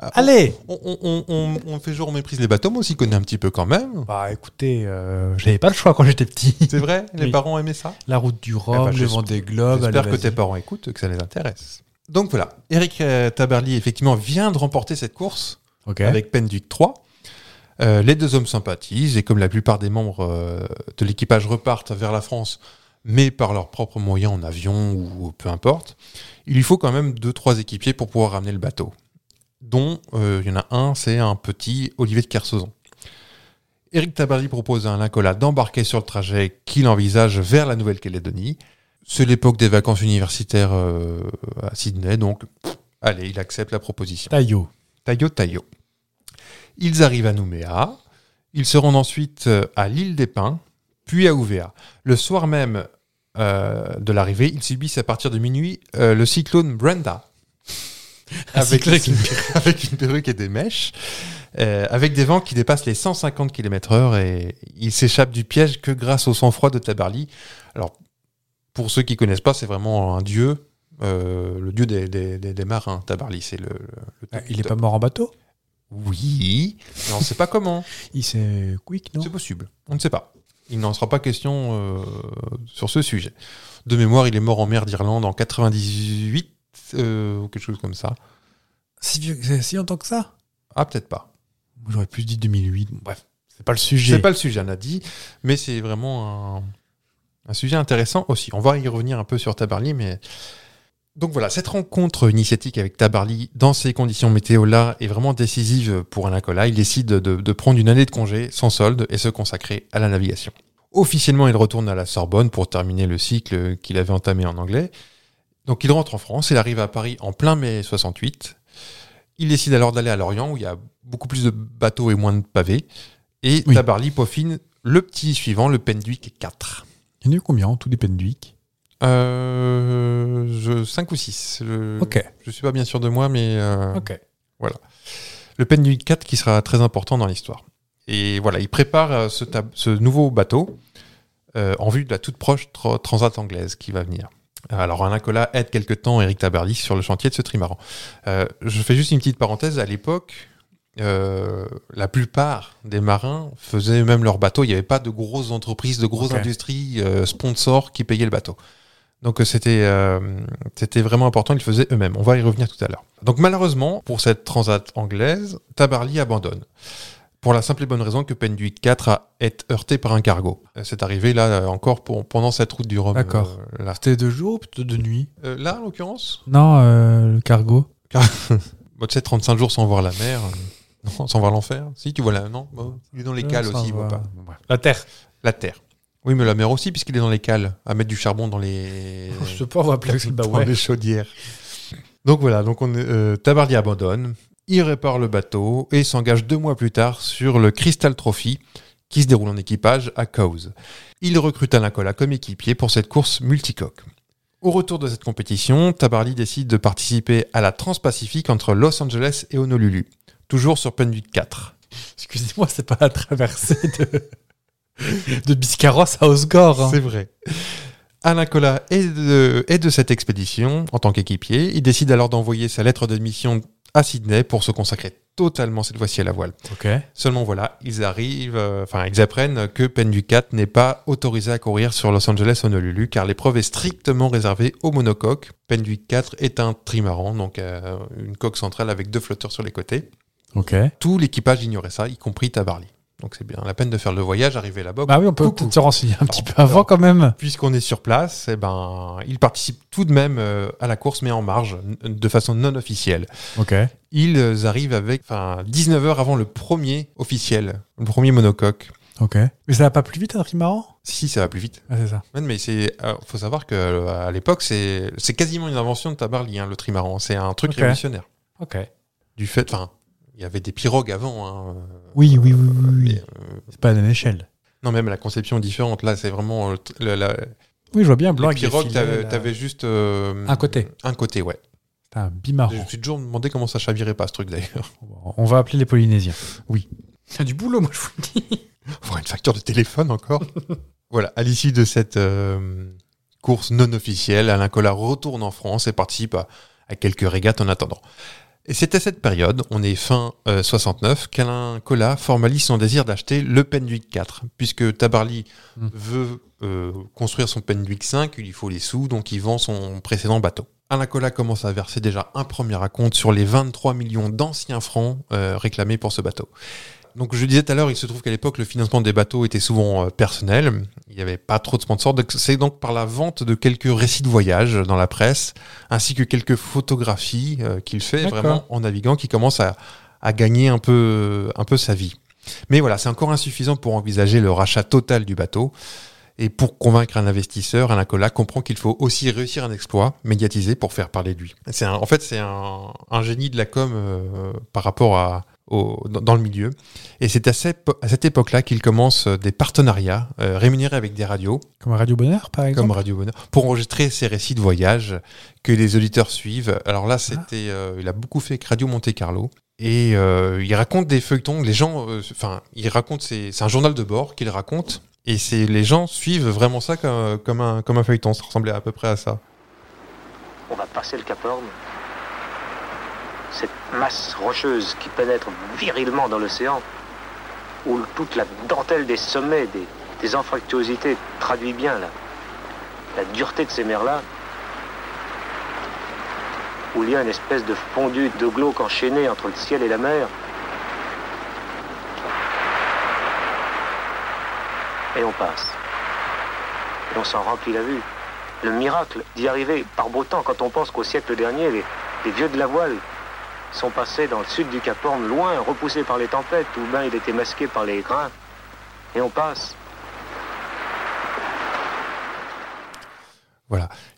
Speaker 4: Ah, on-
Speaker 2: Allez
Speaker 4: on, on- on- on fait jour, on méprise les bateaux, moi aussi, connais un petit peu quand même.
Speaker 1: Bah écoutez, euh, (laughs) j'avais pas le choix quand j'étais (laughs) petit.
Speaker 4: C'est vrai Les
Speaker 1: Oui.
Speaker 4: parents aimaient ça
Speaker 1: La route du Rhum,
Speaker 4: bah,
Speaker 1: le
Speaker 4: j'espère-
Speaker 1: Vendée Globe.
Speaker 4: J'espère
Speaker 1: allez,
Speaker 4: que
Speaker 1: vas-y.
Speaker 4: tes parents écoutent, que ça les intéresse. Donc voilà, Eric euh, Tabarly, effectivement, vient de remporter cette course.
Speaker 1: Ok.
Speaker 4: avec Penduc 3. Euh, les deux hommes sympathisent et comme la plupart des membres euh, de l'équipage repartent vers la France, mais par leurs propres moyens en avion ou peu importe, il lui faut quand même deux trois équipiers pour pouvoir ramener le bateau. Dont euh, il y en a un, c'est un petit Olivier de Kersauzon. Éric Tabarly propose à Alain Collat d'embarquer sur le trajet qu'il envisage vers la Nouvelle-Calédonie. C'est l'époque des vacances universitaires euh, à Sydney, donc pff, allez, il accepte la proposition.
Speaker 1: Taillot.
Speaker 4: Tayo Tayo. Ils arrivent à Nouméa, ils se rendent ensuite euh, à l'île des Pins, puis à Ouvéa. Le soir même euh, de l'arrivée, ils subissent à partir de minuit euh, le cyclone Brenda. Avec,
Speaker 1: cyclone.
Speaker 4: (laughs) avec une perruque et des mèches, euh, avec des vents qui dépassent les 150 km/h et ils s'échappent du piège que grâce au sang-froid de Tabarly. Alors, pour ceux qui connaissent pas, c'est vraiment un dieu, euh, le dieu des, des- des- des marins, Tabarly. C'est le, le-
Speaker 1: Ah, il est pas mort en bateau
Speaker 4: oui, mais on ne sait pas comment.
Speaker 1: Il s'est quick, non
Speaker 4: C'est possible. On ne sait pas. Il n'en sera pas question euh, sur ce sujet. De mémoire, il est mort en mer d'Irlande en 98 euh, ou quelque chose comme ça.
Speaker 1: si, vieux- c'est si longtemps que ça
Speaker 4: Ah, peut-être pas.
Speaker 1: J'aurais plus dit 2008. Bon, bref, c'est pas le sujet.
Speaker 4: C'est pas le sujet, on a dit, mais c'est vraiment un, un sujet intéressant aussi. On va y revenir un peu sur Tabarly, mais. Donc voilà, cette rencontre initiatique avec Tabarly dans ces conditions météo-là est vraiment décisive pour Alain Collat. Il décide de, de prendre une année de congé sans solde et se consacrer à la navigation. Officiellement, il retourne à la Sorbonne pour terminer le cycle qu'il avait entamé en anglais. Donc il rentre en France, il arrive à Paris en plein mai 68. Il décide alors d'aller à Lorient où il y a beaucoup plus de bateaux et moins de pavés. Et
Speaker 1: Oui.
Speaker 4: Tabarly peaufine le petit suivant, le Penduic 4.
Speaker 1: Il y en a eu combien en tout des Pendwick
Speaker 4: Euh, je, 5 ou 6. Je,
Speaker 1: Ok.
Speaker 4: je suis pas bien sûr de moi, mais euh,
Speaker 1: Ok.
Speaker 4: le Penduic 4 qui sera très important dans l'histoire. Et voilà, il prépare euh, ce, tab- ce nouveau bateau euh, en vue de la toute proche tro- transat anglaise qui va venir. Euh, Alors Alain Collat aide quelque temps Eric Tabarly sur le chantier de ce trimaran. Euh, je fais juste une petite parenthèse. À l'époque, euh, la plupart des marins faisaient même leur bateau. Il n'y avait pas de grosses entreprises, de grosses
Speaker 1: Ok.
Speaker 4: industries euh, sponsors qui payaient le bateau. Donc euh, c'était euh, c'était vraiment important, ils le faisaient eux-mêmes. On va y revenir tout à l'heure. Donc malheureusement, pour cette transat anglaise, Tabarly abandonne. Pour la simple et bonne raison que Penduic 4 a été heurté par un cargo. Euh, C'est arrivé là euh, encore pour- pendant cette route du Rhum.
Speaker 1: D'accord.
Speaker 4: euh, là.
Speaker 1: C'était de jour ou plutôt de nuit
Speaker 4: Euh, là, en l'occurrence,
Speaker 1: Non, euh, le cargo.
Speaker 4: bah, tu sais, 35 jours sans voir la mer, euh, non, sans voir l'enfer. Si, tu vois là, non, bah, il est dans les cales
Speaker 1: Ah, Ça
Speaker 4: aussi, il
Speaker 1: va.
Speaker 4: voit pas.
Speaker 1: La terre.
Speaker 4: La terre. Oui, mais la mère aussi, puisqu'il est dans les cales, à mettre du charbon
Speaker 1: (laughs)
Speaker 4: dans les,
Speaker 1: Je sais pas, on va appeler ça. Bah
Speaker 4: dans
Speaker 1: ouais.
Speaker 4: les chaudières. Donc voilà, donc on, est- euh, Tabarly abandonne, il répare le bateau et s'engage deux mois plus tard sur le Crystal Trophy qui se déroule en équipage à Cowes. Il recrute Alain Colas comme équipier pour cette course multicoque. Au retour de cette compétition, Tabarly décide de participer à la Transpacifique entre Los Angeles et Honolulu, toujours sur Penduit 4.
Speaker 1: Excusez-moi, c'est pas la traversée de, de Biscarrosse à Osgore. hein.
Speaker 4: C'est vrai. Alain Colas est de, est de cette expédition en tant qu'équipier. Il décide alors d'envoyer sa lettre d'admission à Sydney pour se consacrer totalement cette fois-ci à la voile.
Speaker 1: Ok.
Speaker 4: Seulement voilà, ils arrivent, euh, enfin ils apprennent que Penducat n'est pas autorisé à courir sur Los Angeles Honolulu car l'épreuve est strictement réservée aux monocoques. Penducat est un trimaran, donc euh, une coque centrale avec deux flotteurs sur les côtés.
Speaker 1: Ok.
Speaker 4: Tout l'équipage ignorait ça, y compris Tabarly. Donc c'est bien la peine de faire le voyage, arriver là-bas.
Speaker 1: Bah oui, on peut
Speaker 4: Coucou.
Speaker 1: peut-être se renseigner un petit
Speaker 4: Alors,
Speaker 1: peu avant
Speaker 4: alors.
Speaker 1: quand même.
Speaker 4: Puisqu'on est sur place, eh ben, il participe tout de même euh, à la course, mais en marge, n- de façon non officielle.
Speaker 1: Ok.
Speaker 4: Ils euh, arrivent avec, enfin, 19 heures avant le premier officiel, le premier monocoque.
Speaker 1: Ok. Mais ça va pas plus vite un trimaran
Speaker 4: Si, ça va plus vite.
Speaker 1: Ah, c'est ça.
Speaker 4: Ouais, mais Ah, c'est, euh, faut savoir que euh, à l'époque, c'est, c'est quasiment une invention de Tabarly, hein, le trimaran. C'est un truc
Speaker 1: Ok.
Speaker 4: révolutionnaire.
Speaker 1: Ok.
Speaker 4: Du fait, enfin, il y avait des pirogues avant. hein, euh,
Speaker 1: Oui, oui, oui, oui, oui.
Speaker 4: mais, euh,
Speaker 1: C'est pas à la même échelle.
Speaker 4: non, même la conception est différente. Là, c'est vraiment euh, le tr- le- la,
Speaker 1: Oui, je vois bien. Blanc
Speaker 4: les
Speaker 1: avec des
Speaker 4: pirogues.
Speaker 1: filets,
Speaker 4: T'avais,
Speaker 1: là.
Speaker 4: t'avais juste euh,
Speaker 1: Un côté.
Speaker 4: Un côté, ouais.
Speaker 1: Putain, Un
Speaker 4: Je
Speaker 1: bimarron.
Speaker 4: me suis toujours demandé comment ça chavirait pas ce truc d'ailleurs. (laughs)
Speaker 1: On va appeler les Polynésiens.
Speaker 2: T'as du boulot, moi, je vous le dis.
Speaker 4: Faut une facture de téléphone encore. voilà, à l'issue de cette euh, course non officielle, Alain Collat retourne en France et participe à, à quelques régates en attendant. Et c'est à cette période, on est fin euh, 69, qu'Alain Collat formalise son désir d'acheter le Penduic 4, puisque Tabarly
Speaker 1: Mm.
Speaker 4: veut euh, construire son Penduic 5, il lui faut les sous, donc il vend son précédent bateau. Alain Collat commence à verser déjà un premier acompte sur les 23 millions d'anciens francs euh, réclamés pour ce bateau. Donc je le disais tout à l'heure, il se trouve qu'à l'époque, le financement des bateaux était souvent euh, personnel. Il n'y avait pas trop de sponsors. Donc, C'est donc par la vente de quelques récits de voyage dans la presse, ainsi que quelques photographies euh, qu'il fait
Speaker 1: D'accord.
Speaker 4: vraiment en naviguant, qui commence à, à gagner un peu, un peu sa vie. Mais voilà, c'est encore insuffisant pour envisager le rachat total du bateau. Et pour convaincre un investisseur, Alain Collat comprend qu'il faut aussi réussir un exploit médiatisé pour faire parler de lui. C'est un- en fait, c'est un, un génie de la com euh, par rapport à, au- dans, dans le milieu. Et c'est à cette, épo- à cette époque-là qu'il commence euh, des partenariats euh, rémunérés avec des radios,
Speaker 1: Comme Radio Bonheur, par exemple.
Speaker 4: comme Radio Bonheur, pour enregistrer ses récits de voyage que les auditeurs suivent. Alors là, c'était, euh, il a beaucoup fait avec Radio Monte Carlo. Et euh, il raconte des feuilletons, les gens, euh, enfin, il raconte, ses- c'est un journal de bord qu'il raconte, et c'est les gens suivent vraiment ça comme, euh, comme un, comme un feuilleton, ça ressemblait à peu près à ça.
Speaker 3: On va passer le Cap Horn. Cette masse rocheuse qui pénètre virilement dans l'océan, où toute la dentelle des sommets, des, des anfractuosités traduit bien la, la dureté de ces mers-là, où il y a une espèce de fondu de glauque enchaîné entre le ciel et la mer. Et on passe. Et on s'en remplit la vue. Le miracle d'y arriver par beau temps quand on pense qu'au siècle dernier, les, les vieux de la voile sont passés dans le sud du Cap Horn, loin, repoussés par les tempêtes, ou bien il était masqué par les grains. Et on passe.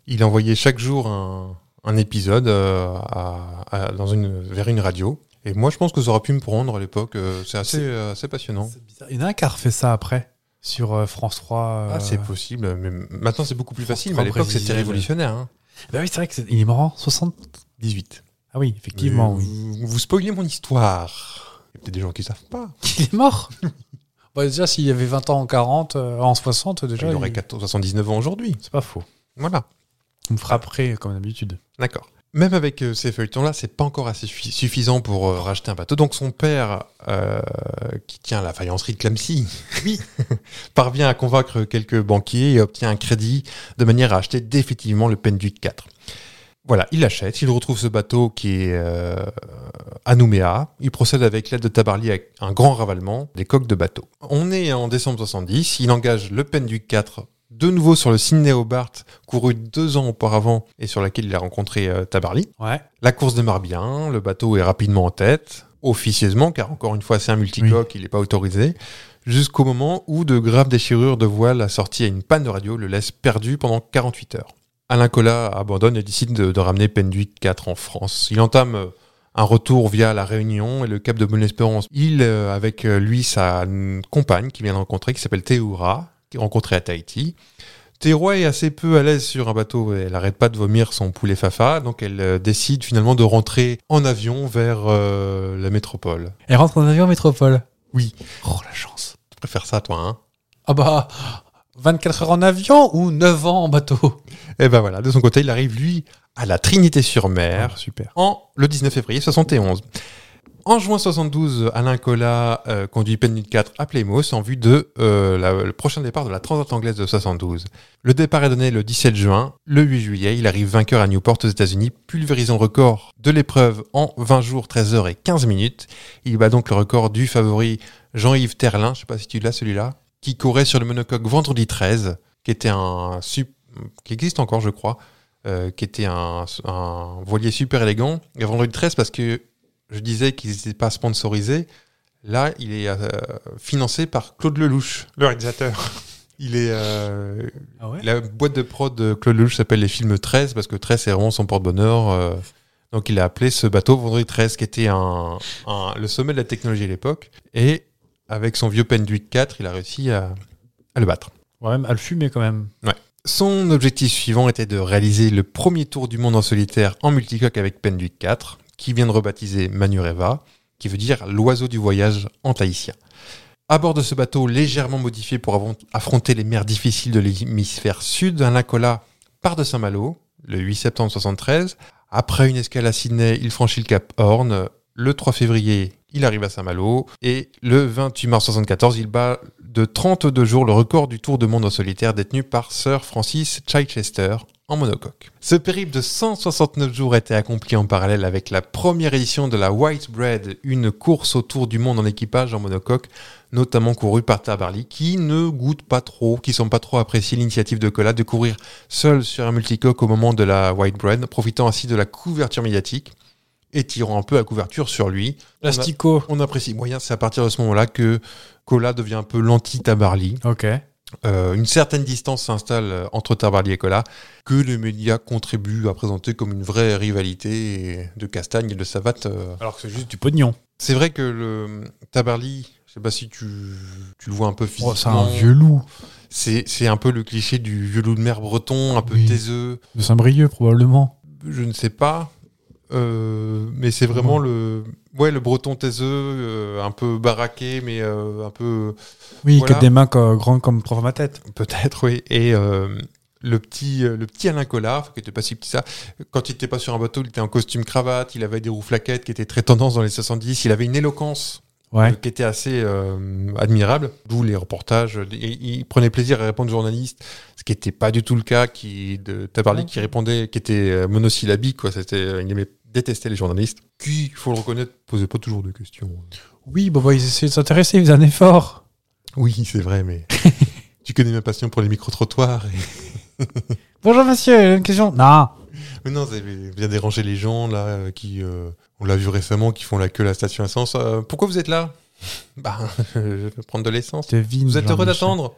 Speaker 4: Il envoyait chaque jour un, un épisode euh, à- à- dans une, vers une radio. Et moi, je pense que ça aurait pu me prendre à l'époque. euh, C'est assez,
Speaker 1: C'est-
Speaker 4: euh, assez passionnant.
Speaker 1: C'est bizarre. Il y en a un qui a refait ça après, sur euh, France 3. euh,
Speaker 4: Ah, c'est possible. Mais maintenant, c'est beaucoup plus
Speaker 1: France
Speaker 4: facile.
Speaker 1: trois
Speaker 4: Mais à l'époque, c'était
Speaker 1: brésilienne.
Speaker 4: révolutionnaire. hein.
Speaker 1: Bah oui, c'est vrai que c'est- il est marrant. 60.
Speaker 4: 18.
Speaker 1: Ah oui, effectivement,
Speaker 4: Mais euh,
Speaker 1: oui.
Speaker 4: Vous, vous spoilez mon histoire. Il y a peut-être des gens qui savent pas.
Speaker 1: Il est mort (laughs) bah, Déjà, s'il y avait 20 ans en 40, euh, en 60, déjà.
Speaker 4: il
Speaker 1: il-
Speaker 4: aurait 14, 79 ans aujourd'hui.
Speaker 1: C'est pas faux.
Speaker 4: Voilà.
Speaker 1: On me frapperait, comme d'habitude.
Speaker 4: D'accord. Même avec euh, ces feuilletons-là, c'est pas encore assez suffi- suffisant pour euh, racheter un bateau. Donc son père, euh, qui tient la faïencerie de Clamcy, (laughs) parvient à convaincre quelques banquiers et obtient un crédit de manière à acheter définitivement le Penduic 4. Voilà, il l'achète, il retrouve ce bateau qui est euh, à Nouméa, il procède avec l'aide de Tabarly à un grand ravalement des coques de bateau. On est en décembre 70, il engage le Penduic 4 de nouveau sur le Sydney Hobart couru deux ans auparavant et sur laquelle il a rencontré euh, Tabarly.
Speaker 1: Ouais.
Speaker 4: La course démarre bien, le bateau est rapidement en tête, officieusement, car encore une fois, c'est un multicoque, il n'est pas autorisé. jusqu'au moment où de graves déchirures de voile assorties à une panne de radio le laissent perdu pendant 48 heures. Alain Collat abandonne et décide de, de ramener Penduic 4 en France. Il entame euh, un retour via La Réunion et le Cap de Bonne-Espérance. Il, euh, avec euh, lui, sa mm, compagne qu'il vient de rencontrer, qui s'appelle Théoura, qui est rencontrée à Tahiti. Théoura est assez peu à l'aise sur un bateau, elle n'arrête pas de vomir son poulet fafa, donc elle euh, décide finalement de rentrer en avion vers euh, la métropole.
Speaker 1: Elle rentre en avion en métropole.
Speaker 4: Oui.
Speaker 1: Oh la chance.
Speaker 4: Tu préfères ça, toi, hein
Speaker 1: Ah bah, 24 heures en avion ou 9 ans en bateau
Speaker 4: Et ben voilà, de son côté, il arrive, lui, à la Trinité-sur-Mer,
Speaker 1: Super.
Speaker 4: en le 19 février 71. En juin 72, Alain Collat euh, conduit Penduit 4 à Plymouth en vue de euh, la- le prochain départ de la Transat anglaise de 72. Le départ est donné le 17 juin. Le 8 juillet, il arrive vainqueur à Newport aux États-Unis, pulvérisant le record de l'épreuve en 20 jours, 13 heures et 15 minutes. Il bat donc le record du favori Jean-Yves Terlin, je sais pas si tu l'as celui-là, qui courait sur le monocoque vendredi 13, qui était un sup- qui existe encore, je crois, euh, qui était un, un voilier super élégant. Et Vendredi 13, parce que je disais qu'ils n'étaient pas sponsorisés, là, il est euh, financé par Claude Lelouch, le réalisateur. (laughs) Il est, euh,
Speaker 1: Ah ouais
Speaker 4: la boîte de prod de Claude Lelouch s'appelle les films 13, parce que 13, c'est vraiment son porte-bonheur. euh. donc, il a appelé ce bateau Vendredi 13, qui était un, un- le sommet de la technologie à l'époque. Et avec son vieux Penduit 4, il a réussi à- à le battre.
Speaker 1: On va même à le fumer quand même.
Speaker 4: Son objectif suivant était de réaliser le premier tour du monde en solitaire en multicoque avec Penduic 4, qui vient de rebaptiser Manureva, qui veut dire l'oiseau du voyage en tahitien. À bord de ce bateau légèrement modifié pour avant- affronter les mers difficiles de l'hémisphère sud, Alain Colas part de Saint-Malo le 8 septembre 73. Après une escale à Sydney, il franchit le cap Horn. Le 3 février, il arrive à Saint-Malo. Et le 28 mars 74, il bat de 32 jours le record du Tour de monde en solitaire détenu par Sir Francis Chichester en monocoque. Ce périple de 169 jours a été accompli en parallèle avec la première édition de la White Bread, une course autour du monde en équipage en monocoque, notamment courue par Tabarly, qui ne goûte pas trop, qui semble pas trop apprécier l'initiative de Collat de courir seul sur un multicoque au moment de la White Bread, profitant ainsi de la couverture médiatique et tirant un peu la couverture sur lui.
Speaker 1: Plastico.
Speaker 4: On apprécie moyen, c'est à partir de ce moment-là que Collat devient un peu l'anti-Tabarly.
Speaker 1: Ok.
Speaker 4: Euh, une certaine distance s'installe euh, entre Tabarly et Collat, que les médias contribuent à présenter comme une vraie rivalité de Castagne et de Savate. euh.
Speaker 1: Alors que c'est juste du pognon.
Speaker 4: C'est vrai que le Tabarly, je sais pas si tu, tu le vois un peu physiquement.
Speaker 1: Oh, c'est un vieux loup.
Speaker 4: C'est c'est un peu le cliché du vieux loup de mer breton, un peu
Speaker 1: Oui.
Speaker 4: taiseux.
Speaker 1: De Saint-Brieuc, probablement.
Speaker 4: je ne sais pas. Euh, mais c'est vraiment le ouais le breton taiseux euh, un peu baraqué mais euh, un peu
Speaker 1: Oui,
Speaker 4: Voilà.
Speaker 1: qui a des mains co- grandes comme prof à ma tête.
Speaker 4: peut-être oui et euh, le petit euh, le petit Alain Collard enfin, qui était pas si petit ça quand il était pas sur un bateau il était en costume cravate il avait des roues flaquettes qui étaient très tendance dans les 70 il avait une éloquence
Speaker 1: Ouais.
Speaker 4: euh, qui était assez euh, admirable, d'où les reportages. Il, il prenait plaisir à répondre aux journalistes, ce qui n'était pas du tout le cas qui, de Tabarly,
Speaker 1: Ouais.
Speaker 4: qui répondait, qui était euh, monosyllabique. Quoi. C'était, euh, il aimait détester les journalistes, qui, il faut le reconnaître, posait pas toujours de questions.
Speaker 1: Oui, bah, bah, ils essayaient de s'intéresser, ils faisaient un effort.
Speaker 4: Oui, c'est vrai, (laughs) mais tu connais ma passion pour les micro-trottoirs. et-
Speaker 2: Bonjour monsieur, une question Non.
Speaker 4: Mais non, c'est bien déranger les gens, là, euh, qui, euh, on l'a vu récemment, qui font la queue à la station essence. Euh, pourquoi vous êtes là (laughs) Bah, je vais prendre de l'essence.
Speaker 1: Devine,
Speaker 4: Vous êtes heureux
Speaker 1: Jean-Michel.
Speaker 4: d'attendre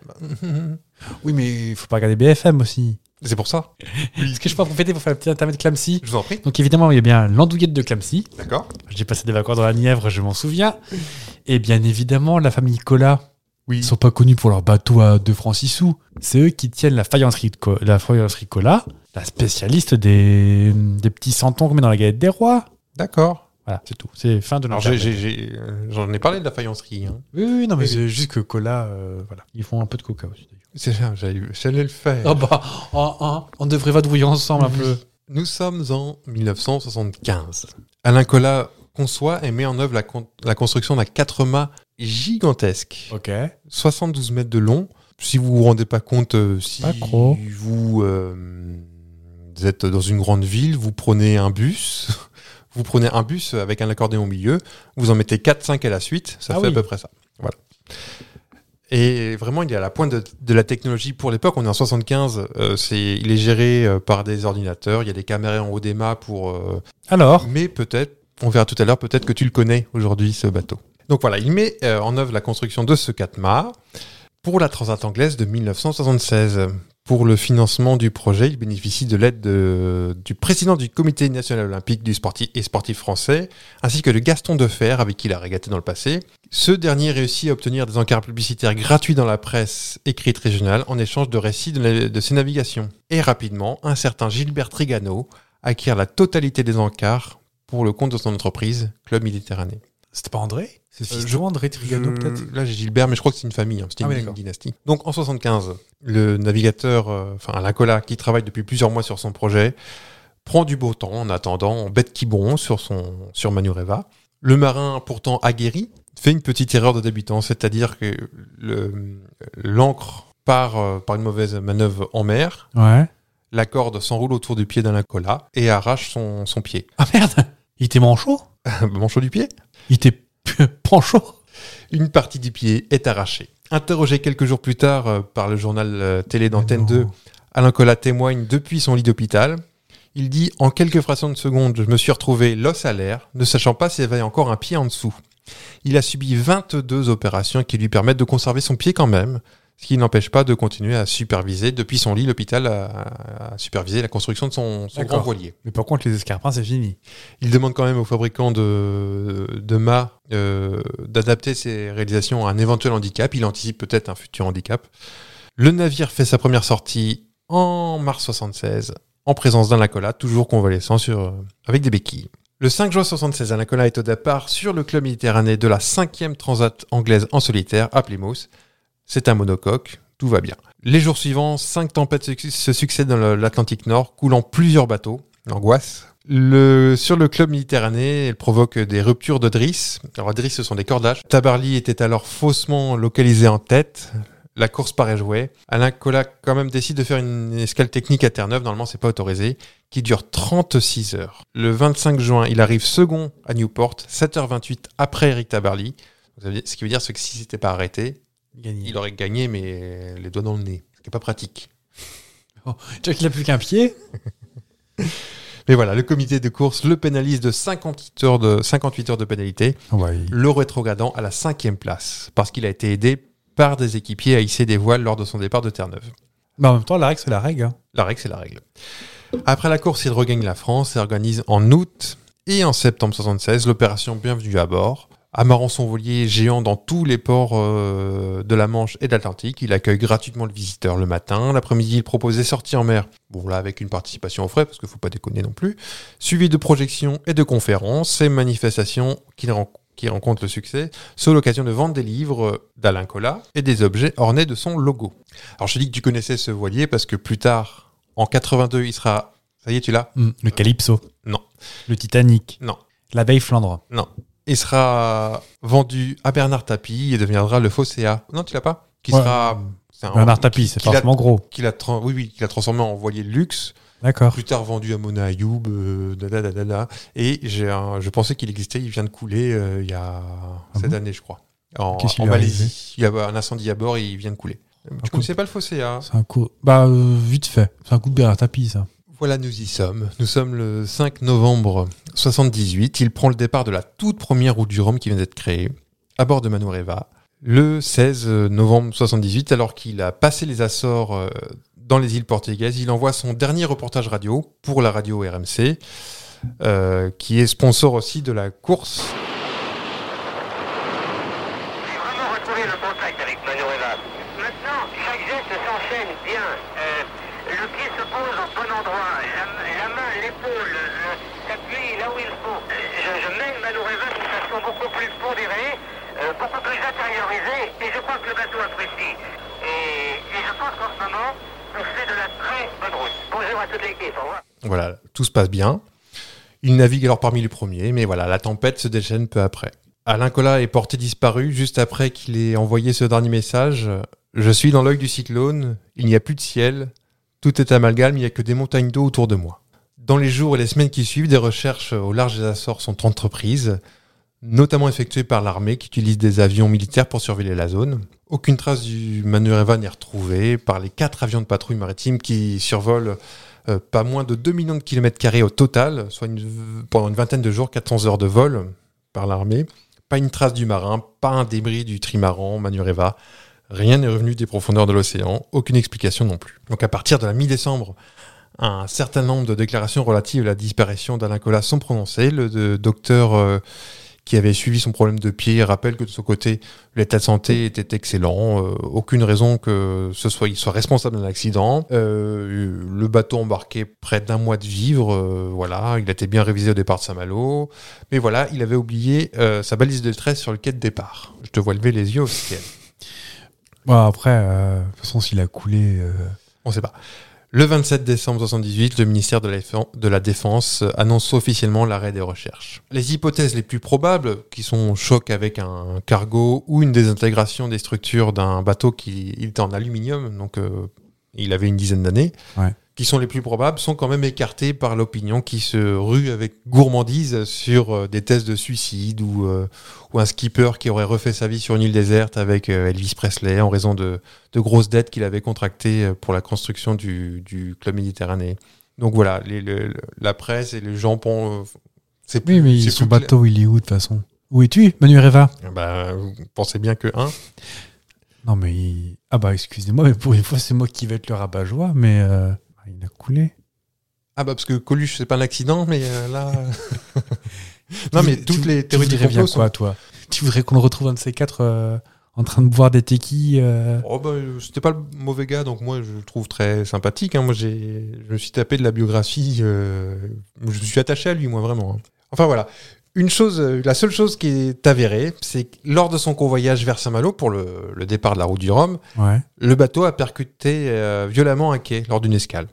Speaker 1: Oui, mais il faut pas regarder BFM aussi.
Speaker 4: C'est pour ça.
Speaker 1: Est-ce que je peux en profiter pour faire un petit internet Clamcy
Speaker 4: Je vous en prie.
Speaker 1: Donc évidemment, il y a bien l'andouillette de Clamcy.
Speaker 4: D'accord.
Speaker 1: J'ai passé des vacances dans la Nièvre, je m'en souviens. Et bien évidemment, la famille Collat,
Speaker 4: Oui.
Speaker 1: ils sont pas connus pour leur bateau à 2 francs 6 sous. C'est eux qui tiennent la faïencerie, de Co- la faïencerie Collat, la spécialiste des, des petits santons qu'on met dans la galette des rois.
Speaker 4: D'accord.
Speaker 1: Voilà, c'est tout. C'est fin de
Speaker 4: Alors
Speaker 1: notre
Speaker 4: j'ai- j'ai- j'ai, euh, j'en ai, parlé de la faïencerie. hein.
Speaker 1: Oui, oui, non, mais
Speaker 4: Oui.
Speaker 1: c'est juste que Cola, euh, voilà. Ils font un peu de coca aussi, d'ailleurs.
Speaker 4: C'est ça, j'allais j'allais le faire.
Speaker 1: Ah bah, oh, oh, on devrait vadrouiller ensemble un peu.
Speaker 4: Nous sommes en 1975. Alain Collat conçoit et met en œuvre la, con- la construction d'un 4 mâts gigantesque,
Speaker 1: Ok.
Speaker 4: 72 mètres de long. Si vous vous rendez pas compte, euh, si
Speaker 1: Pas trop.
Speaker 4: vous euh, vous êtes dans une grande ville, vous prenez un bus, (laughs) vous prenez un bus avec un accordéon au milieu, vous en mettez 4-5 à la suite, ça
Speaker 1: Ah
Speaker 4: fait
Speaker 1: oui.
Speaker 4: à peu près ça. Voilà. Et vraiment, il est à la pointe de, de la technologie pour l'époque. On est en 75. euh, c'est, il est géré euh, par des ordinateurs. Il y a des caméras en haut des mâts pour. euh,
Speaker 1: Alors
Speaker 4: mais peut-être, on verra tout à l'heure, peut-être que tu le connais aujourd'hui, ce bateau. Donc voilà, il met euh, en œuvre la construction de ce 4 mâts pour la Transat anglaise de 1976. Pour le financement du projet, il bénéficie de l'aide de- du président du comité national olympique du sportif et sportif français, ainsi que de Gaston Defer, avec qui il a régaté dans le passé. Ce dernier réussit à obtenir des encarts publicitaires gratuits dans la presse écrite régionale en échange de récits de, la- de ses navigations. Et rapidement, un certain Gilbert Trigano acquiert la totalité des encarts pour le compte de son entreprise, Club Méditerranée.
Speaker 1: C'était pas André C'est
Speaker 4: Euh,
Speaker 1: fils
Speaker 4: je-
Speaker 1: de André Trigano,
Speaker 4: Je-
Speaker 1: peut-être
Speaker 4: Là, j'ai Gilbert, mais je crois que c'est une famille. hein. C'était
Speaker 1: Ah oui,
Speaker 4: une
Speaker 1: d'accord.
Speaker 4: dynastie. Donc, en 75, le navigateur, euh, enfin, Alain Colas, qui travaille depuis plusieurs mois sur son projet, prend du beau temps en attendant en bête qui bronze sur, son, sur Manureva. Le marin, pourtant aguerri, fait une petite erreur de débutant, c'est-à-dire que le- l'ancre part euh, par une mauvaise manœuvre en mer,
Speaker 1: Ouais.
Speaker 4: la corde s'enroule autour du pied d'Alain Colas et arrache son, son pied.
Speaker 1: Ah merde Il était manchot
Speaker 4: Manchot du pied
Speaker 1: Il était (laughs) panchot
Speaker 4: Une partie du pied est arrachée. Interrogé quelques jours plus tard euh, par le journal euh, télé d'Antenne
Speaker 1: non.
Speaker 4: 2, Alain Collat témoigne depuis son lit d'hôpital. Il dit En quelques fractions de secondes, je me suis retrouvé l'os à l'air, ne sachant pas s'il y avait encore un pied en dessous. Il a subi 22 opérations qui lui permettent de conserver son pied quand même, ce qui n'empêche pas de continuer à superviser depuis son lit l'hôpital à, à superviser la construction de son, son
Speaker 1: D'accord.
Speaker 4: grand voilier.
Speaker 1: Mais par contre, les escarpins, c'est fini.
Speaker 4: Il demande quand même aux fabricants de, de mâts euh, d'adapter ses réalisations à un éventuel handicap. Il anticipe peut-être un futur handicap. Le navire fait sa première sortie en mars 76, en présence d'un Lacola, toujours convalescent sur, euh, avec des béquilles. Le 5 juin 76, Alain Colas est au départ sur le club méditerranéen de la 5e transat anglaise en solitaire à Plymouth. C'est un monocoque, tout va bien. Les jours suivants, cinq tempêtes se- se succèdent dans le- l'Atlantique Nord, coulant plusieurs bateaux. L'angoisse. Le, sur le club méditerranéen, elle provoque des ruptures de drisse. Alors, drisse, ce sont des cordages. Tabarly était alors faussement localisé en tête. La course paraît jouée. Alain Colas, quand même, décide de faire une escale technique à Terre-Neuve. Normalement, c'est pas autorisé. Qui dure 36 heures. Le 25 juin, il arrive second à Newport, 7h28 après Eric Tabarly. Vous savez, Ce qui veut dire c'est que si c'était pas arrêté, il aurait gagné, mais les doigts dans le nez. Ce qui n'est pas pratique.
Speaker 1: (laughs) Tu vois qu'il a plus qu'un pied
Speaker 4: Mais voilà, le comité de course le pénalise de 58 heures de, 58 heures de pénalité,
Speaker 1: Ah
Speaker 4: le rétrogradant à la cinquième place, parce qu'il a été aidé par des équipiers à hisser des voiles lors de son départ de Terre-Neuve.
Speaker 1: Mais en même temps, la règle, c'est la règle. hein.
Speaker 4: La règle, c'est la règle. Après la course, il regagne la France et organise en août et en septembre 76 l'opération Bienvenue à bord. Amarrant son voilier géant dans tous les ports euh, de la Manche et de l'Atlantique, il accueille gratuitement le visiteur le matin. L'après-midi, il propose des sorties en mer. Bon, là, avec une participation aux frais, parce qu'il faut pas déconner non plus. Suivi de projections et de conférences, ces manifestations qui, ren- qui rencontrent le succès sont l'occasion de vendre des livres euh, d'Alain Collat et des objets ornés de son logo. Alors, je te dis que tu connaissais ce voilier parce que plus tard, en 82, il sera. Ça y est, tu l'as
Speaker 1: Le Calypso.
Speaker 4: Non.
Speaker 1: Le Titanic.
Speaker 4: Non.
Speaker 1: L'abeille Flandre.
Speaker 4: Il sera vendu à Bernard Tapie et deviendra le Fosséa. Non, tu l'as pas Qui
Speaker 1: Ouais.
Speaker 4: sera. c'est un-
Speaker 1: Bernard Tapie, c'est
Speaker 4: qu'il a-
Speaker 1: forcément gros.
Speaker 4: Qu'il a, tran- oui, oui, qu'il a transformé en voilier de luxe,
Speaker 1: D'accord.
Speaker 4: plus tard vendu à Mona Ayoub, euh, da, da, da, da, da. Et j'ai un- je pensais qu'il existait, il vient de couler euh, il y a
Speaker 1: Ah
Speaker 4: cette
Speaker 1: bon
Speaker 4: année, je crois. En,
Speaker 1: Qu'est-ce qui
Speaker 4: en
Speaker 1: lui est Ah,
Speaker 4: Malaisie. Il y a un incendie à bord et il vient de couler. Tu
Speaker 1: cool.
Speaker 4: connaissais pas le Fosséa hein
Speaker 1: C'est un coup. Bah, euh, vite fait. C'est un coup de Bernard Tapie, ça.
Speaker 4: Voilà, nous y sommes. Nous sommes le 5 novembre 78. Il prend le départ de la toute première route du Rhum qui vient d'être créée, à bord de Manureva, le 16 novembre 78. Alors qu'il a passé les Açores euh, dans les îles portugaises, il envoie son dernier reportage radio pour la radio RMC, euh, qui est sponsor aussi de la course.
Speaker 5: J'ai vraiment retrouvé le contact avec Manoreva. Maintenant, chaque geste s'enchaîne bien. Euh, le pied se pose au bon endroit, la, la main, l'épaule, euh, s'appuie là où il faut. Euh, Je, je mène Manoreva d'une façon beaucoup plus pondérée, euh, beaucoup plus intériorisée, et je crois que le bateau apprécie. Et, et je pense qu'en ce moment, on fait de la très bonne route. Bonjour à toute l'équipe, au revoir.
Speaker 4: Voilà, tout se passe bien. Il navigue alors parmi les premiers, mais voilà, la tempête se déchaîne peu après. Alain Collat est porté disparu juste après qu'il ait envoyé ce dernier message. Je suis dans l'œil du cyclone, il n'y a plus de ciel, tout est amalgame, il n'y a que des montagnes d'eau autour de moi. Dans les jours et les semaines qui suivent, des recherches au large des Açores sont entreprises, notamment effectuées par l'armée qui utilise des avions militaires pour surveiller la zone. Aucune trace du Manureva n'est retrouvée par les quatre avions de patrouille maritime qui survolent euh, pas moins de 2 millions de kilomètres carrés au total, soit une- pendant une vingtaine de jours, 400 heures de vol par l'armée. Pas une trace du marin, pas un débris du trimaran Manureva. Rien n'est revenu des profondeurs de l'océan, aucune explication non plus. Donc à partir de la mi-décembre, un certain nombre de déclarations relatives à la disparition d'Alain Colas sont prononcées. Le de- docteur euh, qui avait suivi son problème de pied rappelle que de son côté, l'état de santé était excellent. euh, aucune raison que ce soit, il soit responsable d'un accident. Euh, le bateau embarquait près d'un mois de vivre. euh, voilà, il était bien révisé au départ de Saint-Malo. Mais voilà, il avait oublié euh, sa balise de détresse sur le quai de départ. Je te vois lever les yeux au ciel.
Speaker 1: Bon, après, euh, de toute façon, s'il a coulé. euh,
Speaker 4: On ne sait pas. Le 27 décembre 78, le ministère de la, Défen- de la Défense annonce officiellement l'arrêt des recherches. Les hypothèses les plus probables, qui sont choc avec un cargo ou une désintégration des structures d'un bateau qui il était en aluminium, donc euh, il avait une dizaine d'années,
Speaker 1: Ouais.
Speaker 4: qui sont les plus probables, sont quand même écartées par l'opinion qui se rue avec gourmandise sur euh, des thèses de suicide ou, euh, ou un skipper qui aurait refait sa vie sur une île déserte avec euh, Elvis Presley en raison de, de grosses dettes qu'il avait contractées euh, pour la construction du, du club méditerranéen. Donc voilà, les- le- le- la presse et les gens pon- euh, c'est
Speaker 1: Oui, mais
Speaker 4: c'est
Speaker 1: son
Speaker 4: plus
Speaker 1: bateau, il est où de toute façon Où es-tu, Manu Reva
Speaker 4: clair. Bah, vous pensez bien que un.
Speaker 1: Non, mais. il- Ah, bah, excusez-moi, mais pour une fois, c'est moi qui vais être le rabat-joie, mais. euh, ah, Il a coulé.
Speaker 4: Ah bah parce que Coluche c'est pas un accident, mais euh, là. non mais
Speaker 1: Tu-
Speaker 4: toutes
Speaker 1: tu-
Speaker 4: les
Speaker 1: tu
Speaker 4: théories du
Speaker 1: voudrais bien
Speaker 4: complot sont
Speaker 1: quoi, toi Tu voudrais qu'on le retrouve un de ces quatre euh, en train de boire des tequis euh,
Speaker 4: Oh bah, euh, c'était pas le mauvais gars, donc moi je le trouve très sympathique. hein. Moi j'ai, je me suis tapé de la biographie, euh, je me suis attaché à lui, moi vraiment. hein. Enfin voilà. Une chose, euh, la seule chose qui est avérée, c'est que lors de son convoyage vers Saint-Malo pour le, le départ de la route du Rhum,
Speaker 1: Ouais.
Speaker 4: le bateau a percuté euh, violemment un quai lors d'une escale.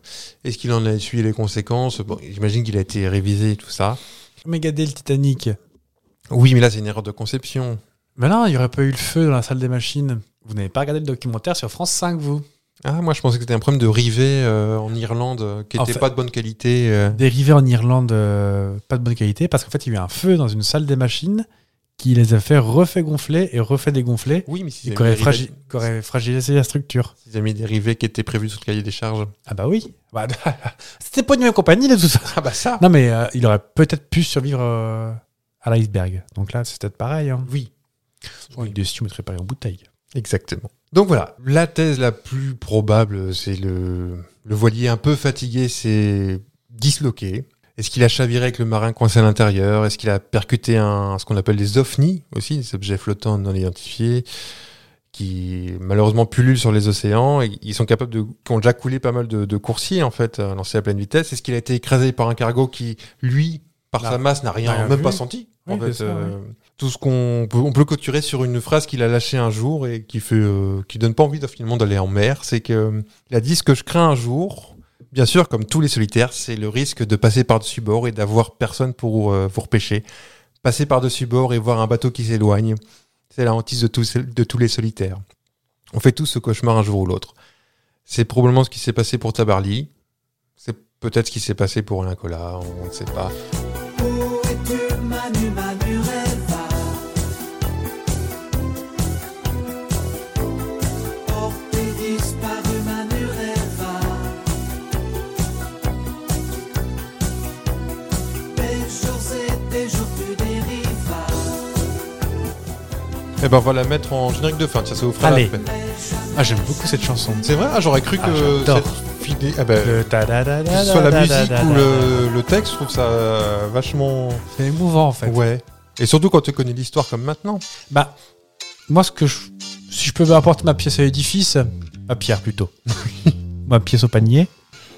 Speaker 4: Est-ce qu'il en a essuyé les conséquences Bon, j'imagine qu'il a été révisé et tout ça.
Speaker 1: Megadel Titanic.
Speaker 4: Oui, mais là c'est une erreur de conception.
Speaker 1: Mais non, il n'y aurait pas eu le feu dans la salle des machines. Vous n'avez pas regardé le documentaire sur France 5, vous
Speaker 4: Ah, moi je pensais que c'était un problème de rivet euh, en Irlande euh, qui
Speaker 1: En
Speaker 4: n'était
Speaker 1: fait-
Speaker 4: pas de bonne qualité. euh.
Speaker 1: Dérivé en Irlande, euh, pas de bonne qualité, parce qu'en fait, il y a eu un feu dans une salle des machines qui les a fait refait gonfler et refait dégonfler,
Speaker 4: Oui, mais si
Speaker 1: et
Speaker 4: c'est
Speaker 1: qui aurait,
Speaker 4: une
Speaker 1: fragi- qui aurait fragilisé la structure.
Speaker 4: Ils avaient mis des rivets qui étaient prévus sur le cahier des charges.
Speaker 1: Ah bah oui.
Speaker 4: (laughs)
Speaker 1: Bah, C'était pas une même compagnie, de toute façon.
Speaker 4: Ah bah ça
Speaker 1: Non, mais euh, il aurait peut-être pu survivre euh, à l'iceberg. Donc là, c'est peut-être pareil. hein.
Speaker 4: Oui.
Speaker 1: Avec des styles réparés en bouteille.
Speaker 4: Exactement. Donc voilà, la thèse la plus probable, c'est le, le voilier un peu fatigué s'est disloqué. Est-ce qu'il a chaviré avec le marin coincé à l'intérieur Est-ce qu'il a percuté un, ce qu'on appelle des ovnis aussi, des objets flottants non identifiés qui malheureusement pullulent sur les océans et ils sont capables de qui ont déjà coulé pas mal de, de coursiers en fait euh, lancés à pleine vitesse. Est-ce qu'il a été écrasé par un cargo qui lui par
Speaker 1: N'a-
Speaker 4: sa masse n'a rien,
Speaker 1: n'a rien
Speaker 4: même
Speaker 1: vu.
Speaker 4: pas senti
Speaker 1: Oui,
Speaker 4: en fait,
Speaker 1: c'est ça,
Speaker 4: euh, tout ce qu'on peut, on peut le clôturer sur une phrase qu'il a lâchée un jour et qui fait euh, qui donne pas envie de, finalement d'aller en mer, c'est que euh, il a dit ce que je crains un jour. Bien sûr, comme tous les solitaires, c'est le risque de passer par-dessus bord et d'avoir personne pour euh, vous repêcher. Passer par-dessus bord et voir un bateau qui s'éloigne, c'est la hantise de tous, de tous les solitaires. On fait tous ce cauchemar un jour ou l'autre. C'est probablement ce qui s'est passé pour Tabarly. C'est peut-être ce qui s'est passé pour Alain Colas, on ne sait pas.
Speaker 6: Où es-tu, Manu, Manu Reva Porté disparu, Manu Reva Des jours et des jours tu dérivas
Speaker 4: Eh ben, on va la mettre en générique de fin. Tiens, ça vous fera la
Speaker 1: Allez.
Speaker 4: peine.
Speaker 1: Ah, j'aime beaucoup cette chanson.
Speaker 4: C'est vrai Ah, j'aurais cru que
Speaker 1: Ah, j'adore.
Speaker 4: cette idée- Ah ben,
Speaker 1: Le ta-da-da-da-da-da-da-da-da.
Speaker 4: que ce soit la musique ou le, le texte, je trouve ça euh, vachement.
Speaker 1: C'est émouvant, en fait.
Speaker 4: Ouais. Et surtout quand tu connais l'histoire comme maintenant.
Speaker 1: Bah, moi, ce que je, si je peux apporter ma pièce à l'édifice, ma pierre plutôt, (laughs) ma pièce au panier,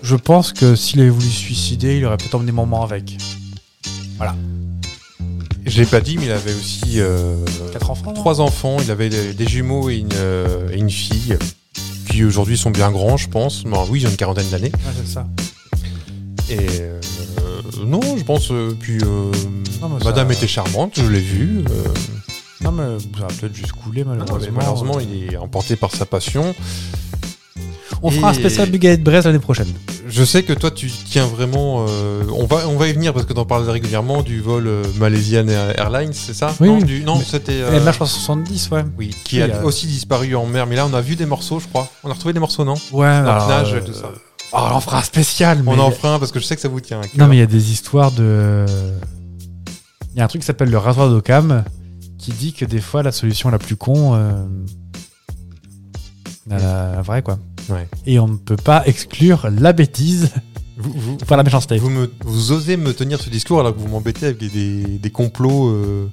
Speaker 1: je pense que s'il avait voulu se suicider, il aurait peut-être emmené maman avec.
Speaker 4: Je l'ai pas dit, mais il avait aussi euh,
Speaker 1: Quatre enfants.
Speaker 4: trois enfants. Il avait des des jumeaux et une, euh, et une fille qui aujourd'hui sont bien grands, je pense. Bon, oui, ils ont une quarantaine d'années.
Speaker 1: Ouais, c'est ça.
Speaker 4: Et euh, non, je pense. euh, puis euh,
Speaker 1: Non, mais ça-
Speaker 4: Madame était charmante, je l'ai vue. euh,
Speaker 1: Non, mais ça va peut-être juste couler, malheureusement.
Speaker 4: Ah
Speaker 1: euh,
Speaker 4: malheureusement, il est emporté par sa passion.
Speaker 1: On fera un
Speaker 4: Et-
Speaker 1: spécial Bugalet de Brest l'année prochaine.
Speaker 4: Je sais que toi, tu tiens vraiment. euh, on, va, on va y venir parce que t'en parles régulièrement du vol euh, Malaysian Airlines, c'est ça
Speaker 1: Oui,
Speaker 4: Non,
Speaker 1: oui.
Speaker 4: du- non
Speaker 1: Mais-
Speaker 4: c'était.
Speaker 1: Elle
Speaker 4: euh,
Speaker 1: marche en 70, ouais.
Speaker 4: oui, qui a
Speaker 1: Oui, euh,
Speaker 4: aussi disparu en mer. Mais là, on a vu des morceaux, je crois. On a retrouvé des morceaux, non
Speaker 1: Ouais,
Speaker 4: Dans
Speaker 1: alors,
Speaker 4: le nage,
Speaker 1: euh,
Speaker 4: tout ça.
Speaker 1: oh, on en fera un spécial, mais.
Speaker 4: On en fera un parce que je sais que ça vous tient à cœur.
Speaker 1: Non, mais il y a des histoires de. Il y a un truc qui s'appelle le rasoir d'Occam qui dit que des fois la solution la plus con, euh, la, la vraie quoi.
Speaker 4: Ouais.
Speaker 1: Et on ne peut pas exclure la bêtise,
Speaker 4: Vous, vous,
Speaker 1: enfin la méchanceté.
Speaker 4: vous me- vous osez me tenir ce discours alors que vous m'embêtez avec des, des- des complots euh,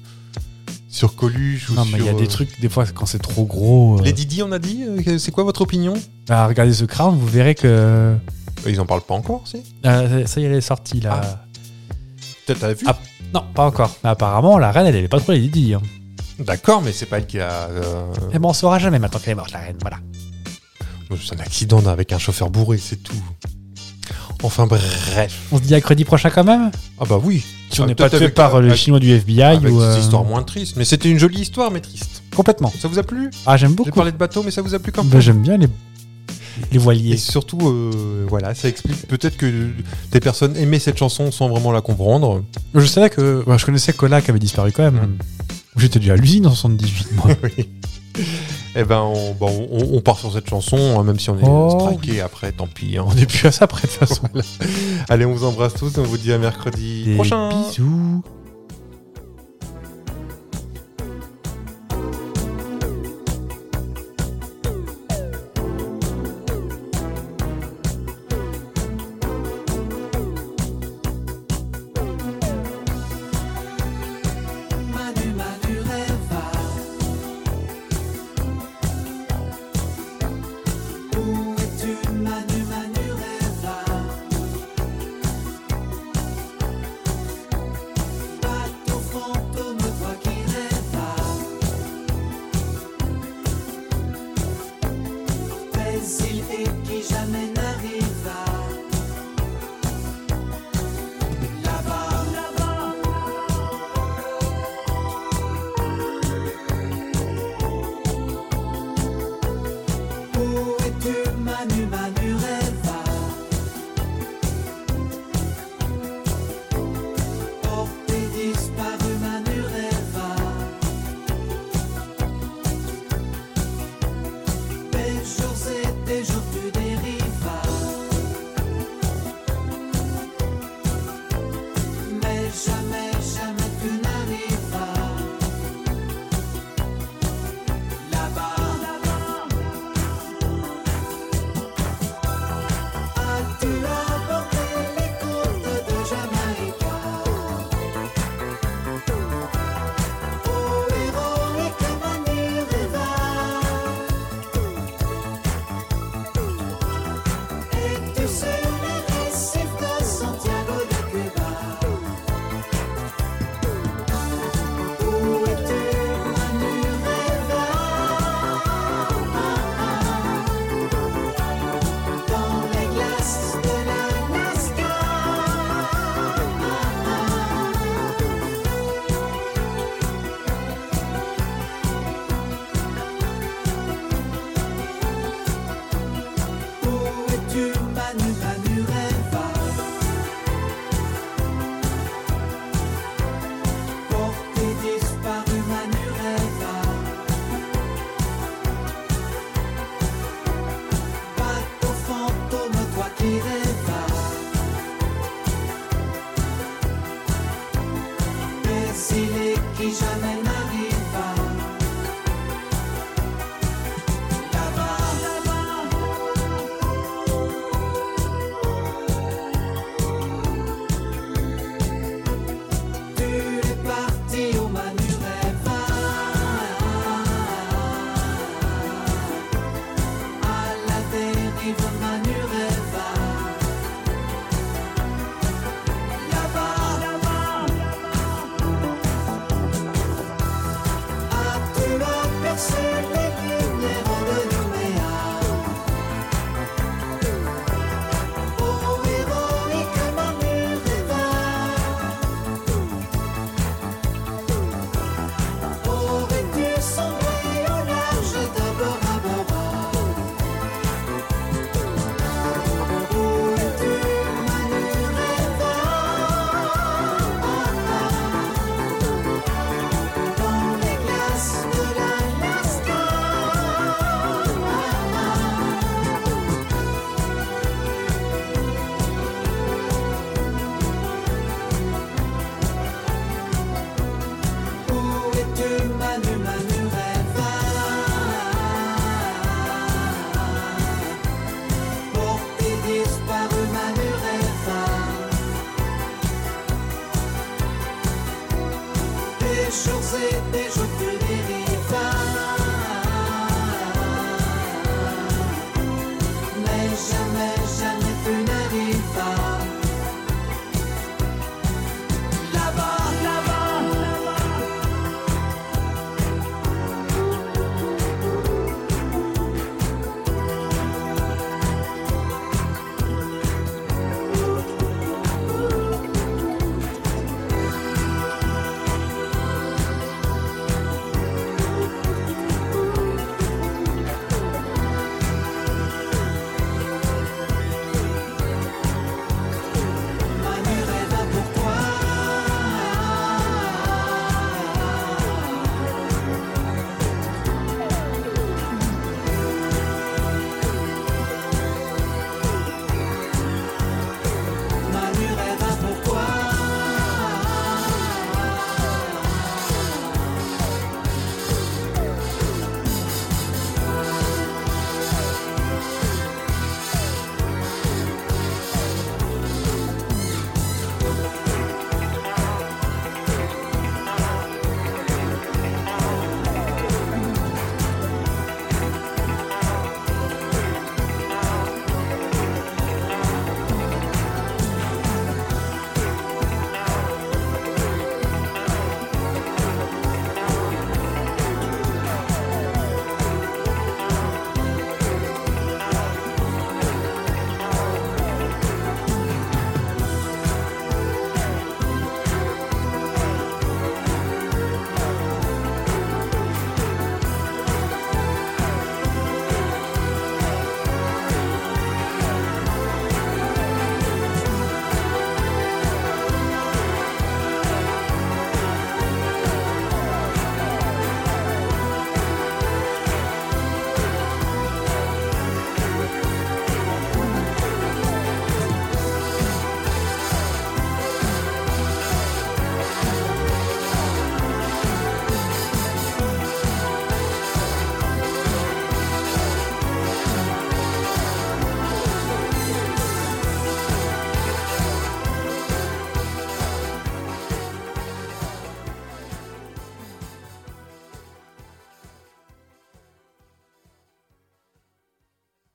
Speaker 4: sur Coluche ou
Speaker 1: non mais il y a
Speaker 4: sur, euh,
Speaker 1: des trucs des fois quand c'est trop gros. euh,
Speaker 4: Les Didi, on a dit euh, que- C'est quoi votre opinion
Speaker 1: bah, regardez ce Crown, vous verrez que
Speaker 4: Ils en parlent pas encore, si
Speaker 1: euh, ça y est, elle est sortie là.
Speaker 4: Ah. T'as- T'as vu
Speaker 1: Ah. Non, pas encore. Mais apparemment la reine elle est pas trop les Didi. Hein.
Speaker 4: D'accord, mais c'est pas elle qui a. euh,
Speaker 1: Eh ben on saura jamais maintenant qu'elle est morte la reine. Voilà.
Speaker 4: C'est un accident avec un chauffeur bourré, c'est tout. Enfin bref.
Speaker 1: On se dit mercredi prochain quand même.
Speaker 4: Ah bah oui.
Speaker 1: Si on
Speaker 4: Ah,
Speaker 1: n'est pas
Speaker 4: peut-être
Speaker 1: tué
Speaker 4: avec-
Speaker 1: par euh, les
Speaker 4: avec-
Speaker 1: Chinois du FBI
Speaker 4: Avec
Speaker 1: ou. euh,
Speaker 4: cette histoire moins triste, mais c'était une jolie histoire, mais triste.
Speaker 1: Complètement.
Speaker 4: Ça vous a plu
Speaker 1: Ah j'aime
Speaker 4: J'ai
Speaker 1: beaucoup.
Speaker 4: parlé de bateau, mais ça vous a plu quand
Speaker 1: Bah,
Speaker 4: même
Speaker 1: J'aime bien les les voiliers.
Speaker 4: Et surtout, euh, voilà, ça explique peut-être que des personnes aimaient cette chanson sans vraiment la comprendre.
Speaker 1: Je savais que. bah, je connaissais Cola qui avait disparu quand même. J'étais déjà à l'usine en 78, (laughs) moi.
Speaker 4: Eh ben, on, bah, on- on part sur cette chanson, hein, même si on est
Speaker 1: Oh.
Speaker 4: striké après, tant pis. hein.
Speaker 1: On n'est plus à ça après, de toute façon.
Speaker 4: Allez, on vous embrasse tous et on vous dit à mercredi prochain.
Speaker 1: Bisous.
Speaker 6: Manu, Manu rêva. Où es-tu, Manu, Manu rêva? Bateau fantôme, toi qui rêva. Des îles et qui jamais n'arriva. Là-bas, là-bas. Où es-tu, Manu, Manu rêva Porté disparu, Manu rêva Des jours et des jours tu dérivas Mais jamais, jamais tu n'arrivas Là-bas, là-bas As-tu apporté les côtes de Jamaïca Oh, héroïque Manu Reva Es-tu sur les récifs de Santiago de Cuba Où es-tu, Manu Reva dans les glaces de l'Alaska Où es-tu, Manu, Manu rêva Porté disparu, Manu rêva Bateau fantôme, toi qui rêvas Des îles qui jamais n'arriva Là-bas, là-bas Tu es parti au Manu rêva à la dérive